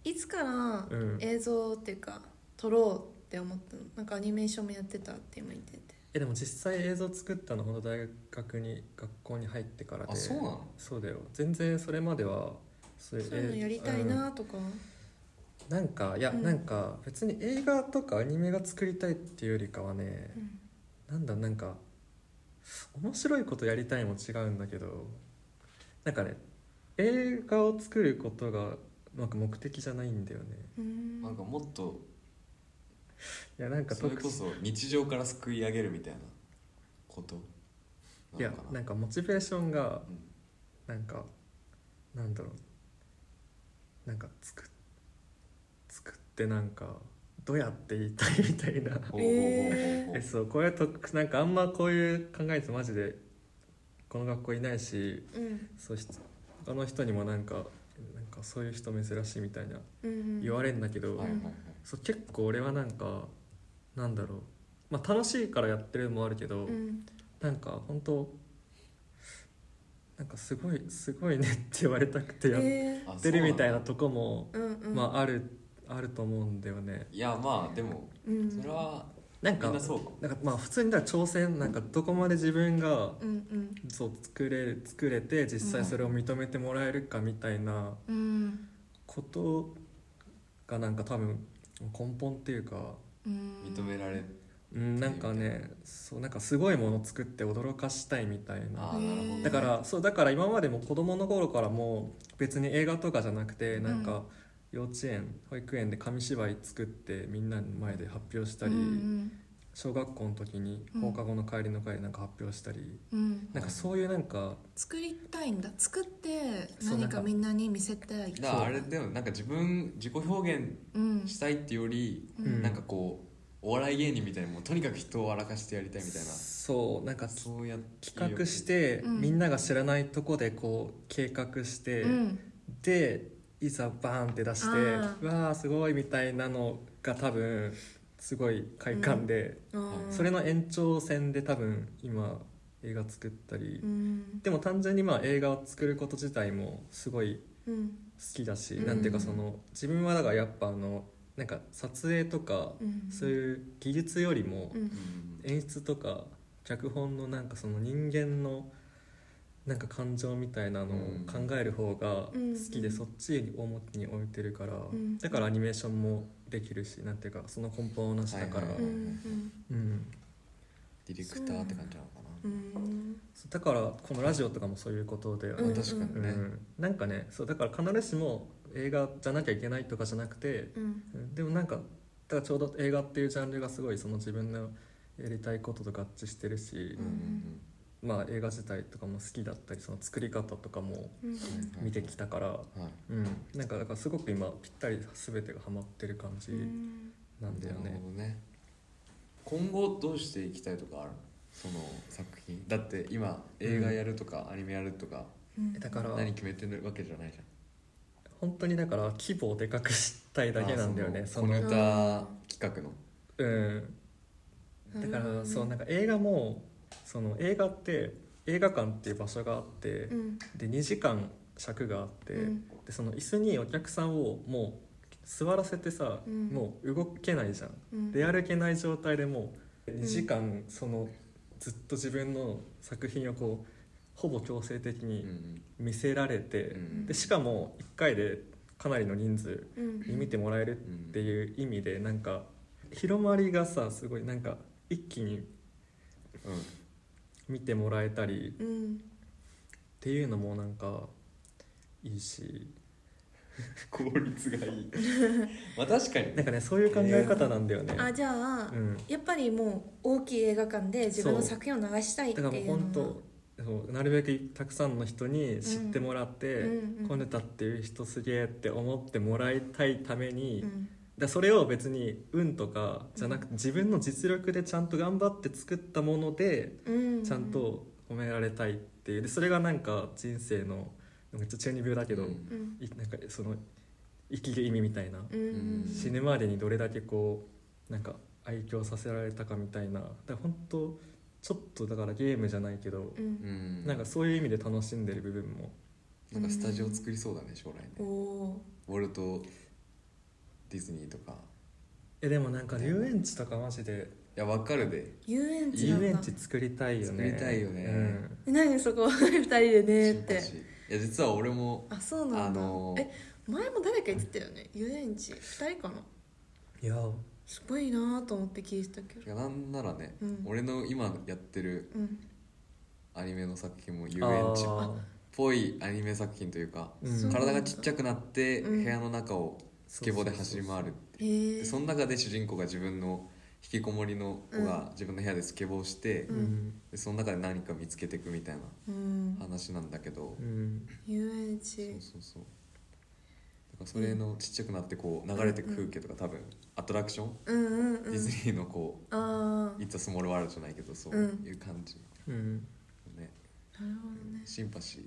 [SPEAKER 2] いつから
[SPEAKER 1] うん
[SPEAKER 2] 映像っていうか撮ろうって思ったのなんかアニメーションもやってたって今言ってて
[SPEAKER 1] えでも実際映像作ったのほんと大学に学校に入ってからで
[SPEAKER 3] あそうなの
[SPEAKER 1] そうだよ全然それまではそう
[SPEAKER 2] そういうのやりたいなとか、
[SPEAKER 1] なんかいや、
[SPEAKER 2] うん
[SPEAKER 1] なんか別に映画とかアニメが作りたいっていうよりかはね、
[SPEAKER 2] うん
[SPEAKER 1] なんだなんか面白いことやりたいも違うんだけどなんかね映画を作ることがなんか目的じゃないんだよね
[SPEAKER 2] うん
[SPEAKER 3] なんかもっと
[SPEAKER 1] いやなんか
[SPEAKER 3] それ
[SPEAKER 1] 特
[SPEAKER 3] こ
[SPEAKER 1] 殊
[SPEAKER 3] そ日常からすくい上げるみたいなこと
[SPEAKER 1] い
[SPEAKER 3] な
[SPEAKER 1] や
[SPEAKER 3] のかな
[SPEAKER 1] なんかモチベーションが
[SPEAKER 3] うん
[SPEAKER 1] なんかなんだろうなんか作っ作ってなんかどうやって言いたいみたいな
[SPEAKER 3] おうおうおうおうおう
[SPEAKER 2] え
[SPEAKER 1] えそうこれとなんかあんまこういう考えてマジでこの学校いないし
[SPEAKER 2] うん
[SPEAKER 1] そうし他の人にもなんかなんかそういう人珍しいみたいな
[SPEAKER 2] うん
[SPEAKER 1] 言われるんだけど、
[SPEAKER 3] はいはいはい
[SPEAKER 1] そう結構俺はなんかなんだろう、まあ、楽しいからやってるのもあるけど、
[SPEAKER 2] うん
[SPEAKER 1] なんか本当なんかすごいすごいねって言われたくてやっ
[SPEAKER 2] え
[SPEAKER 3] あ
[SPEAKER 1] てるみたい
[SPEAKER 3] そ
[SPEAKER 1] な
[SPEAKER 3] う
[SPEAKER 1] ん
[SPEAKER 3] だ
[SPEAKER 1] とこも、
[SPEAKER 2] ーうんうん
[SPEAKER 1] まああるあると思うんだよね。
[SPEAKER 3] いやまあでも
[SPEAKER 2] うん
[SPEAKER 3] それは
[SPEAKER 1] なん
[SPEAKER 3] み
[SPEAKER 1] か
[SPEAKER 3] んなそうかも
[SPEAKER 1] なんかまあ普通にだから挑戦なんかどこまで自分が
[SPEAKER 2] うんうん
[SPEAKER 1] そう作れる作れて実際それを認めてもらえるかみたいな
[SPEAKER 2] うん
[SPEAKER 1] ことがなんか多分根本っていうか、
[SPEAKER 2] うん
[SPEAKER 3] 認められ
[SPEAKER 1] うん、なんかねそうなんかすごいもの作って驚かしたいみたい
[SPEAKER 3] あ
[SPEAKER 1] な
[SPEAKER 3] あなるほどね
[SPEAKER 1] だからそうだから今までも子どもの頃からもう別に映画とかじゃなくてなん
[SPEAKER 2] う
[SPEAKER 1] か幼稚園保育園で紙芝居作ってみんなの前で発表したり、
[SPEAKER 2] うん
[SPEAKER 1] 小学校の時に
[SPEAKER 2] うん
[SPEAKER 1] 放課後の帰りの会でなんか発表したり、
[SPEAKER 2] うんうん
[SPEAKER 1] なんかそういうなんか
[SPEAKER 2] 作りたいんだ作って
[SPEAKER 1] そうな
[SPEAKER 2] 何
[SPEAKER 1] んか
[SPEAKER 2] かみんなに見せたい
[SPEAKER 3] だからあれでもなんか自分自己表現
[SPEAKER 2] うん
[SPEAKER 3] したいってより、
[SPEAKER 2] うん
[SPEAKER 3] なんかこうお笑い芸人みたいにもうとにかく人を笑かしてやりたいみたいな
[SPEAKER 1] そうなんか
[SPEAKER 3] そうやって
[SPEAKER 1] 企画して、
[SPEAKER 2] うん
[SPEAKER 1] みんなが知らないとこでこう計画して、
[SPEAKER 2] うん
[SPEAKER 1] でいざバーンって出して
[SPEAKER 2] あー
[SPEAKER 1] うわあすごいみたいなのが多分すごい快感で、
[SPEAKER 2] うん
[SPEAKER 1] それの延長線で多分今映画作ったり、
[SPEAKER 2] うん
[SPEAKER 1] でも単純にまあ映画を作ること自体もすごい
[SPEAKER 2] うん
[SPEAKER 1] 好きだし、
[SPEAKER 2] うん
[SPEAKER 1] なんていうかその自分はだからやっぱあのなんか撮影とか、
[SPEAKER 2] うん
[SPEAKER 1] そういう技術よりも、
[SPEAKER 2] うん
[SPEAKER 3] うん
[SPEAKER 1] 演出とか脚本のなんかその人間のなんか感情みたいなのを
[SPEAKER 3] うん
[SPEAKER 1] 考える方が
[SPEAKER 2] うん
[SPEAKER 1] 好きで、
[SPEAKER 2] うん
[SPEAKER 1] そっちに重きに置いてるから、
[SPEAKER 2] ん
[SPEAKER 1] だからアニメーションもできるしなんていうかその根本をなしだから、
[SPEAKER 3] はいは
[SPEAKER 2] う
[SPEAKER 3] い
[SPEAKER 2] ん
[SPEAKER 3] はい
[SPEAKER 1] うん、
[SPEAKER 3] ディレクターって感じなのか
[SPEAKER 2] う
[SPEAKER 3] な、
[SPEAKER 2] ん
[SPEAKER 1] そうだからこのラジオとかもそういうことで、
[SPEAKER 2] うん
[SPEAKER 3] まあ、確か
[SPEAKER 1] うん
[SPEAKER 3] にね、
[SPEAKER 1] なんかねそうだから必ずしも映画じゃなきゃいけないとかじゃなくて、
[SPEAKER 2] うん
[SPEAKER 1] うんでもなんかだからちょうど映画っていうジャンルがすごいその自分のやりたいことと合致してるし
[SPEAKER 3] うん、うん
[SPEAKER 1] まあ、映画自体とかも好きだったりその作り方とかも
[SPEAKER 2] うん
[SPEAKER 3] うんはい
[SPEAKER 1] 見てきたから、
[SPEAKER 3] はい
[SPEAKER 1] うん、なんかだからすごく今ぴったり全てがハマってる感じ
[SPEAKER 2] うん
[SPEAKER 1] なんだよ
[SPEAKER 3] なる
[SPEAKER 1] ね
[SPEAKER 3] ほ、どね今後どうしていきたいとかあるのその作品だって今映画やるとかアニメやるとか
[SPEAKER 2] うん
[SPEAKER 1] だから
[SPEAKER 3] 何決めてるわけじゃないじ
[SPEAKER 1] 本当にだから規模をでかくしたい
[SPEAKER 3] ゃん
[SPEAKER 1] だけなんだよね
[SPEAKER 3] あそ
[SPEAKER 1] そ
[SPEAKER 3] の
[SPEAKER 1] の
[SPEAKER 3] コネタ企画の
[SPEAKER 1] うんだから、
[SPEAKER 2] うん
[SPEAKER 1] そうなんか映画もその映画って映画館っていう場所があって、
[SPEAKER 2] うん
[SPEAKER 1] で2時間尺があって、
[SPEAKER 2] うん
[SPEAKER 1] でその椅子にお客さんをもう座らせてさ、
[SPEAKER 2] うん
[SPEAKER 1] もう動けないじゃん
[SPEAKER 2] うん
[SPEAKER 1] 出歩けない状態でもう2時間そのずっと自分の作品をこうほぼ強制的
[SPEAKER 3] うん
[SPEAKER 1] に見せられて、
[SPEAKER 3] うん
[SPEAKER 2] ん
[SPEAKER 1] でしかも1回でかなりの人数
[SPEAKER 2] うん
[SPEAKER 1] に見てもらえるっていう意味でなんか広まりがさすごいなんか一気に
[SPEAKER 3] うん
[SPEAKER 1] 見てもらえたり
[SPEAKER 2] うん
[SPEAKER 1] っていうのもなんかいいし
[SPEAKER 3] 効率がいい まあ確かに
[SPEAKER 1] なんかねそういう考え方なんだよね、
[SPEAKER 2] あじゃあ、
[SPEAKER 1] うん
[SPEAKER 2] やっぱりもう大きい映画館で自分の作品を流したいって
[SPEAKER 1] だ
[SPEAKER 2] い
[SPEAKER 1] か
[SPEAKER 2] う
[SPEAKER 1] らもう
[SPEAKER 2] のは
[SPEAKER 1] 本当そうなるべくたくさんの人に知ってもらって、
[SPEAKER 2] うんうん
[SPEAKER 1] コネタっていう人すげえって思ってもらいたいために、
[SPEAKER 2] う
[SPEAKER 1] だか
[SPEAKER 2] ん
[SPEAKER 1] らそれを別に運とかじゃなくて自分の実力でちゃんと頑張って作ったもので
[SPEAKER 2] うん、
[SPEAKER 1] ちゃんと褒められたいっていうでそれがなんか人生のめっちゃ中二病だけど、
[SPEAKER 3] うん
[SPEAKER 2] うん
[SPEAKER 1] いなんかその生きる意味みたいな、
[SPEAKER 2] うんうん
[SPEAKER 1] 死ぬまでにどれだけこうなんか愛嬌させられたかみたいなだから本当ちょっとだからゲームじゃないけど、
[SPEAKER 2] う
[SPEAKER 3] うんん
[SPEAKER 1] なんかそういう意味で楽しんでる部分も
[SPEAKER 3] なんかスタジオ作りそうだね将来
[SPEAKER 2] お
[SPEAKER 3] ね
[SPEAKER 2] お
[SPEAKER 3] ウォルト・ディズニーとか
[SPEAKER 1] えでもなんか遊園地とかマジで
[SPEAKER 3] やわかるで
[SPEAKER 2] 遊園地なん
[SPEAKER 1] 遊
[SPEAKER 2] だ
[SPEAKER 1] 園地作りたいよね
[SPEAKER 3] 作りたいよね
[SPEAKER 1] うん
[SPEAKER 2] え何そこ二人で ねって
[SPEAKER 3] 新橋いや実は俺も
[SPEAKER 2] あそうなんだ、
[SPEAKER 3] あのー
[SPEAKER 2] え前も誰か言ってたよね遊園地二人かない
[SPEAKER 1] や
[SPEAKER 2] すごいなと思って聞いてたけ
[SPEAKER 3] い
[SPEAKER 2] ど
[SPEAKER 3] やなんならね、
[SPEAKER 2] うん
[SPEAKER 3] 俺の今やってる
[SPEAKER 2] うん
[SPEAKER 3] アニメの作品も遊園地っ
[SPEAKER 1] あ
[SPEAKER 3] ぽいアニメ作品というか
[SPEAKER 1] ー
[SPEAKER 2] そう
[SPEAKER 3] 体がちっちゃくなって
[SPEAKER 2] うん
[SPEAKER 3] 部屋の中をスケボーで走り回るって
[SPEAKER 2] へ
[SPEAKER 3] で
[SPEAKER 2] え
[SPEAKER 3] その中で主人公が自分の引きこもりの子が自分の部屋でスケボーして、
[SPEAKER 2] うん
[SPEAKER 3] でその中で何か見つけていくみたいな
[SPEAKER 2] うん
[SPEAKER 3] 話なんだけど、
[SPEAKER 1] うん
[SPEAKER 2] 遊園
[SPEAKER 3] そう
[SPEAKER 2] 地
[SPEAKER 3] そうそうだからそれのちっちゃくなってこう流れてく風景とか多分アトラクション、
[SPEAKER 2] うんうんうん
[SPEAKER 3] ディズニーのこう
[SPEAKER 2] あ
[SPEAKER 3] 「
[SPEAKER 2] あ
[SPEAKER 3] いつスモールワールド」じゃないけどそう
[SPEAKER 2] うん
[SPEAKER 3] いう感じ、
[SPEAKER 1] うん
[SPEAKER 3] ね
[SPEAKER 2] なるほどね
[SPEAKER 3] シンパシー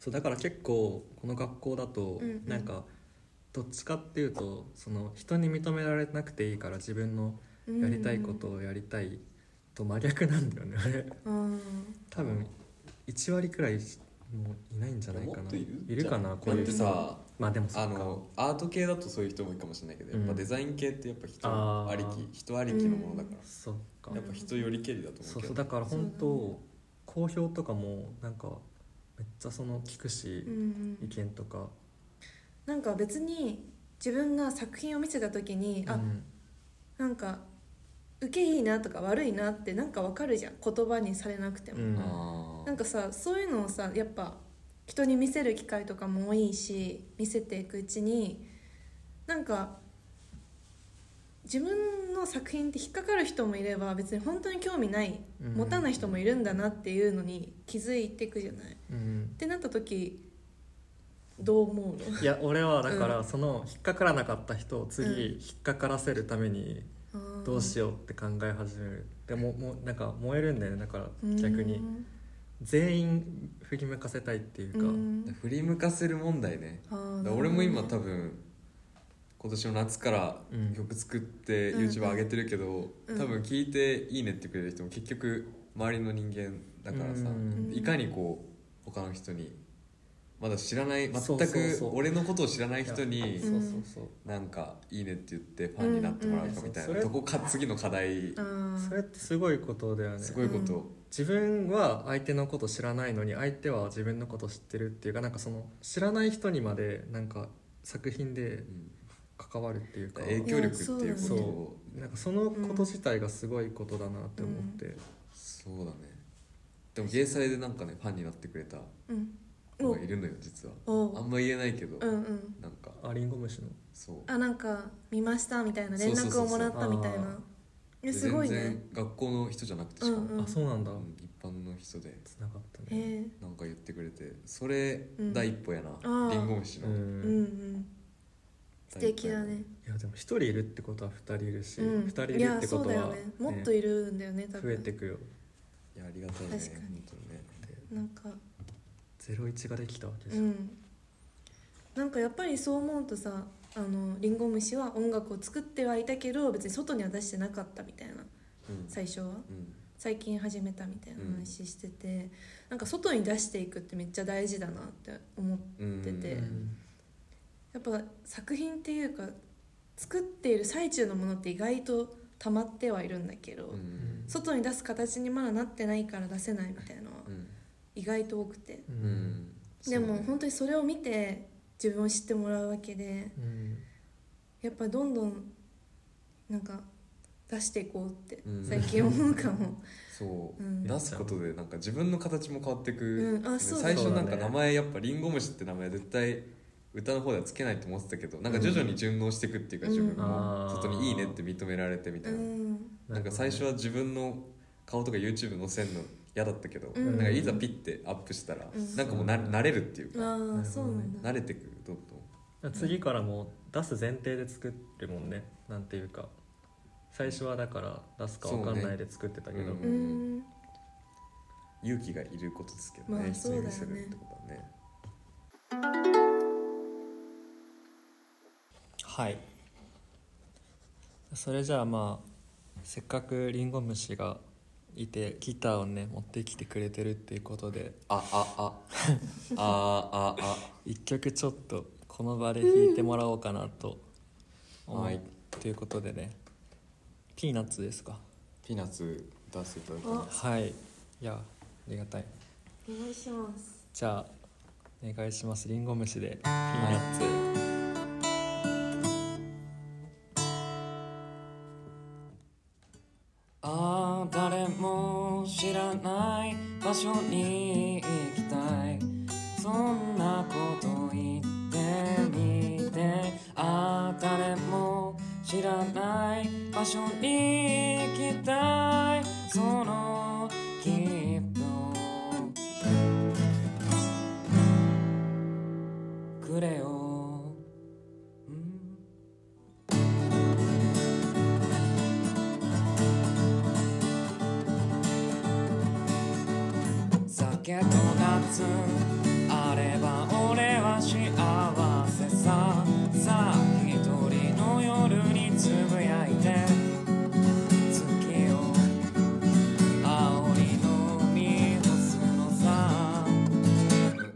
[SPEAKER 1] そうだから結構この学校だと
[SPEAKER 2] うんうん
[SPEAKER 1] なんかどっちかっていうとその人に認められなくていいから自分のやりたいことをやりたいと真逆なんだよねあれ
[SPEAKER 2] うん
[SPEAKER 1] 多分1割くらいもういないんじゃないか
[SPEAKER 3] もっ
[SPEAKER 1] な
[SPEAKER 3] といる
[SPEAKER 1] かなこ
[SPEAKER 3] こ
[SPEAKER 1] う
[SPEAKER 3] う
[SPEAKER 1] い
[SPEAKER 3] や
[SPEAKER 1] う
[SPEAKER 3] ってさ
[SPEAKER 1] まあでもそ
[SPEAKER 3] あ
[SPEAKER 1] っか
[SPEAKER 3] のアート系だとそういう人もいるかもしれないけど、やっ
[SPEAKER 1] う
[SPEAKER 3] ぱ
[SPEAKER 1] ん
[SPEAKER 3] デザイン系ってやっぱ
[SPEAKER 1] あ
[SPEAKER 3] 人
[SPEAKER 1] ー
[SPEAKER 3] ありき人ありきのものだか、
[SPEAKER 1] そっから
[SPEAKER 3] やっぱ人よりけりだと思
[SPEAKER 1] そうう
[SPEAKER 3] け
[SPEAKER 1] そう
[SPEAKER 3] ど
[SPEAKER 1] だから本当、
[SPEAKER 2] そうだね
[SPEAKER 1] 好評とかもなんかめっちゃその聞くし
[SPEAKER 2] うん、うん
[SPEAKER 1] 意見とか、
[SPEAKER 2] なんか別に自分が作品を見せた時に、
[SPEAKER 1] う
[SPEAKER 2] あ
[SPEAKER 1] ん
[SPEAKER 2] なんか受けいいなとか悪いなってなんかわかるじゃん言葉にされなくても、
[SPEAKER 1] うん
[SPEAKER 3] あー
[SPEAKER 2] なんかさそういうのをさやっぱ人に見せる機会とかも多いし見せていくうちになんか自分の作品って引っかかる人もいれば別に本当に興味ない
[SPEAKER 1] うん
[SPEAKER 2] 持たない人もいるんだなっていうのに気づいていくじゃない。っ
[SPEAKER 1] うん
[SPEAKER 2] てなった時どう思うの
[SPEAKER 1] いや俺はだか
[SPEAKER 2] う
[SPEAKER 1] らその引っかからなかった人を
[SPEAKER 2] うん
[SPEAKER 1] 次引っかからせるために
[SPEAKER 2] あー
[SPEAKER 1] どうしようって考え始めるでももうなんか燃えるんだよねだから逆に
[SPEAKER 2] うん
[SPEAKER 1] 全員振り向かせたいっていうか
[SPEAKER 2] うん
[SPEAKER 3] 振り向かせる問題ね
[SPEAKER 2] あー
[SPEAKER 3] だから俺も
[SPEAKER 2] な
[SPEAKER 3] 今
[SPEAKER 2] るほ
[SPEAKER 3] 多
[SPEAKER 2] どね
[SPEAKER 3] 分今年の夏から
[SPEAKER 1] うん
[SPEAKER 3] 曲作って
[SPEAKER 2] うん
[SPEAKER 3] YouTube 上げてるけど、
[SPEAKER 2] うん
[SPEAKER 3] 多分聞いていいねってくれる人も結局周りの人間だからさ、
[SPEAKER 1] うん
[SPEAKER 3] いかにこう他の人にまだ知らない
[SPEAKER 1] そ
[SPEAKER 3] 全
[SPEAKER 1] うそう
[SPEAKER 3] く
[SPEAKER 1] そう
[SPEAKER 3] 俺のことを知らないい人に
[SPEAKER 1] そうそうそう、
[SPEAKER 3] なんか「いいね」って言ってファンになってもらうかみたい
[SPEAKER 1] うん
[SPEAKER 3] な、
[SPEAKER 1] うん
[SPEAKER 3] とこか次の課題
[SPEAKER 2] あー
[SPEAKER 1] それってすごいことだよね
[SPEAKER 3] すごいこと、
[SPEAKER 1] 自分は相手のこと知らないのに相手は自分のこと知ってるっていうかなんかその知らない人にまでなんか作品で
[SPEAKER 3] うん
[SPEAKER 1] 関わるっていうか
[SPEAKER 3] 影響力っていうことを
[SPEAKER 1] なんかそのこと自体がすごいことだなって思って、
[SPEAKER 3] そうだねでも芸祭でなんかねファンになってくれた
[SPEAKER 2] うん
[SPEAKER 3] 子がいるのよ実は
[SPEAKER 2] お
[SPEAKER 3] あ
[SPEAKER 2] お
[SPEAKER 3] んま言えないけど、
[SPEAKER 2] うんうん
[SPEAKER 3] なんか
[SPEAKER 1] あリンゴ虫の
[SPEAKER 3] そう
[SPEAKER 2] あなんか見ましたみたいな連
[SPEAKER 3] そうそうそう
[SPEAKER 2] 絡
[SPEAKER 3] そう
[SPEAKER 2] をもらったみたい
[SPEAKER 1] あ
[SPEAKER 2] なえ
[SPEAKER 3] です
[SPEAKER 2] ごい
[SPEAKER 3] 全
[SPEAKER 2] ね
[SPEAKER 3] 然学校の人じゃなくて
[SPEAKER 2] う
[SPEAKER 3] し
[SPEAKER 2] ん
[SPEAKER 3] かも、
[SPEAKER 2] うん
[SPEAKER 1] あそうなんだ
[SPEAKER 3] うん一般の人で
[SPEAKER 1] つながったね、
[SPEAKER 2] え
[SPEAKER 3] なんか言ってくれてそれ
[SPEAKER 2] うん
[SPEAKER 3] 第一歩やな、
[SPEAKER 2] あー
[SPEAKER 3] リンゴ虫の、
[SPEAKER 1] う
[SPEAKER 2] え
[SPEAKER 1] ん
[SPEAKER 2] うんうん素敵だね
[SPEAKER 1] いやでも一人いるってことは二人いるし、
[SPEAKER 2] う
[SPEAKER 1] 二
[SPEAKER 2] ん
[SPEAKER 1] 人い
[SPEAKER 2] い
[SPEAKER 1] るっ
[SPEAKER 2] や
[SPEAKER 1] てこ
[SPEAKER 2] そう
[SPEAKER 1] と
[SPEAKER 2] だ
[SPEAKER 1] は
[SPEAKER 2] よ、
[SPEAKER 1] ね
[SPEAKER 2] ねもっといるんだよね多分
[SPEAKER 1] 増えてくよ
[SPEAKER 3] いやありがたいね
[SPEAKER 2] 確かに
[SPEAKER 3] 本当にね
[SPEAKER 2] なんか
[SPEAKER 1] ゼロ一ができたわけじ
[SPEAKER 2] う
[SPEAKER 1] ゃん、
[SPEAKER 2] んなんかやっぱりそう思うとさあのリンゴ虫は音楽を作ってはいたけど別に外には出してなかったみたいな
[SPEAKER 3] うん
[SPEAKER 2] 最初は
[SPEAKER 3] うん
[SPEAKER 2] 最近始めたみたいな話してて、なんか外に出していくってめっちゃ大事だなって思っ
[SPEAKER 3] うん
[SPEAKER 2] 出て
[SPEAKER 1] うん
[SPEAKER 2] やっぱ作品っていうか作っている最中のものって意外と溜まってはいるんだけど、
[SPEAKER 3] うん
[SPEAKER 2] 外に出す形にまだなってないから出せないみたいなのは
[SPEAKER 3] うん
[SPEAKER 2] 意外と多くて、
[SPEAKER 1] う
[SPEAKER 3] うんん
[SPEAKER 2] でも
[SPEAKER 3] そう
[SPEAKER 2] 本当にそれを見て自分を知ってもらうわけで
[SPEAKER 1] うん
[SPEAKER 2] やっぱどんどんなんか出していこうって
[SPEAKER 3] うん
[SPEAKER 2] 最近思うかも、
[SPEAKER 3] そう、
[SPEAKER 2] うん
[SPEAKER 3] 出すことでなんか自分の形も変わってく、
[SPEAKER 2] うんあそうだ
[SPEAKER 3] 最初な
[SPEAKER 1] そ
[SPEAKER 3] んか
[SPEAKER 1] うだね
[SPEAKER 3] 名前やっぱリンゴ虫って名前絶対歌の方ではつけないと思ってたけどなんか徐々に順応していくっていうか、
[SPEAKER 2] うん
[SPEAKER 3] 自分
[SPEAKER 1] あ
[SPEAKER 3] も
[SPEAKER 1] ー
[SPEAKER 3] 外に「いいね」って認められてみた
[SPEAKER 2] う
[SPEAKER 3] いな、
[SPEAKER 2] ん、
[SPEAKER 3] なんか最初は自分の顔とか YouTube 載せるの嫌だったけど、
[SPEAKER 2] うん
[SPEAKER 3] なんかいざピッてアップしたら、
[SPEAKER 2] うん
[SPEAKER 3] なんかもうな慣れるっていうか、
[SPEAKER 2] ああそうなんだ
[SPEAKER 3] 慣れてくるどんどん
[SPEAKER 1] 次からもう出す前提で作るもんねなんていうか最初はだから出すか分かんないで作ってたけど、
[SPEAKER 3] そうね
[SPEAKER 2] うん
[SPEAKER 3] 勇気がいることですけど
[SPEAKER 2] ま
[SPEAKER 3] ね
[SPEAKER 2] あそうだよね
[SPEAKER 3] 人に見せるってことはね
[SPEAKER 1] はいそれじゃあまあせっかくりんご虫がいてギターをね持ってきてくれてるっていうことで
[SPEAKER 3] ああ ああああ
[SPEAKER 1] 一曲ちょっとこの場で弾いてもらおうかなと思う、
[SPEAKER 3] はい
[SPEAKER 1] ということでねピーナッツですか
[SPEAKER 3] ピーナッツ出していただきま
[SPEAKER 1] はいいやありがたい
[SPEAKER 2] お願いします
[SPEAKER 1] じゃあお願いしますりんご虫でピーナッツ、
[SPEAKER 4] ああ誰も知らない場所に行きたいそんなこと言ってみてああ誰も知らない場所に行きたいそのきっとくれよ、うん酒と夏あれば俺は幸せささあ一人の夜につぶやいて月を青りの海干すのさ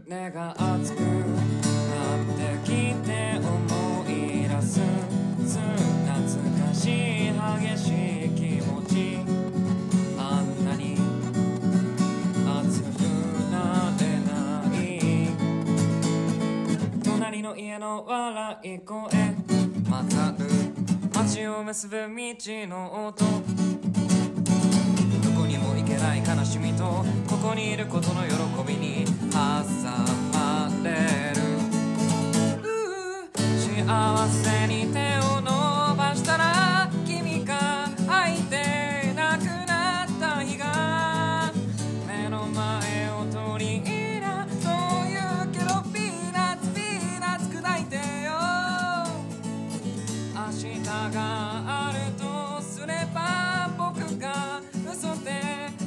[SPEAKER 4] 胸が熱くなってきて思い出す懐かしい激しい気持ちあんなに熱くなれない隣の家の笑い声混ざる街を結ぶ道の音どこにも行けない悲しみとここにいることの喜びに挟まれる幸せに手を伸ばしたら君が入ってなくなった日が目の前を通りいなそういうけどピーナッツピーナッツ砕いてよ明日があるとすれば僕が嘘で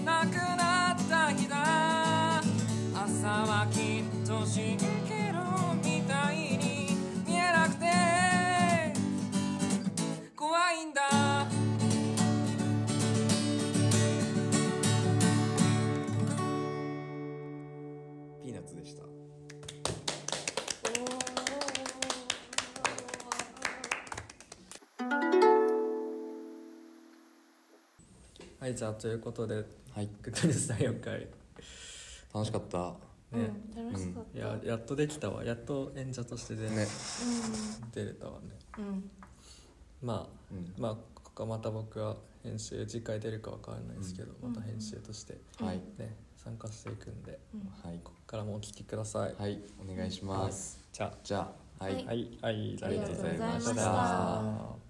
[SPEAKER 4] なくなった日だ朝はきっと新ケロみたいに見えなくて怖いんだ
[SPEAKER 3] すピーナッツでした
[SPEAKER 1] はいじゃあということではいグッドです第4回
[SPEAKER 3] 楽しかった
[SPEAKER 1] ね、
[SPEAKER 2] うん、楽しかった、
[SPEAKER 1] いややっとできたわやっと演者としてで、
[SPEAKER 3] ね
[SPEAKER 1] 出れたわね
[SPEAKER 2] うん、うん、
[SPEAKER 1] まあ、
[SPEAKER 3] うん
[SPEAKER 1] まあここはまた僕は編集次回出るかわからないですけど、
[SPEAKER 2] うん
[SPEAKER 1] また編集として
[SPEAKER 3] はい
[SPEAKER 1] ね参加していくんで
[SPEAKER 2] うん
[SPEAKER 3] はい
[SPEAKER 1] ここからもお聞きください、
[SPEAKER 3] はいお願いします
[SPEAKER 1] じゃ
[SPEAKER 3] じゃあ
[SPEAKER 2] は
[SPEAKER 3] は
[SPEAKER 2] い
[SPEAKER 1] あはいはいあ
[SPEAKER 2] あ
[SPEAKER 1] り
[SPEAKER 2] り
[SPEAKER 1] が
[SPEAKER 2] が
[SPEAKER 1] とうご
[SPEAKER 2] とうご
[SPEAKER 1] ざ
[SPEAKER 2] ざ
[SPEAKER 1] い
[SPEAKER 2] い
[SPEAKER 1] ま
[SPEAKER 2] ま
[SPEAKER 1] し
[SPEAKER 2] したた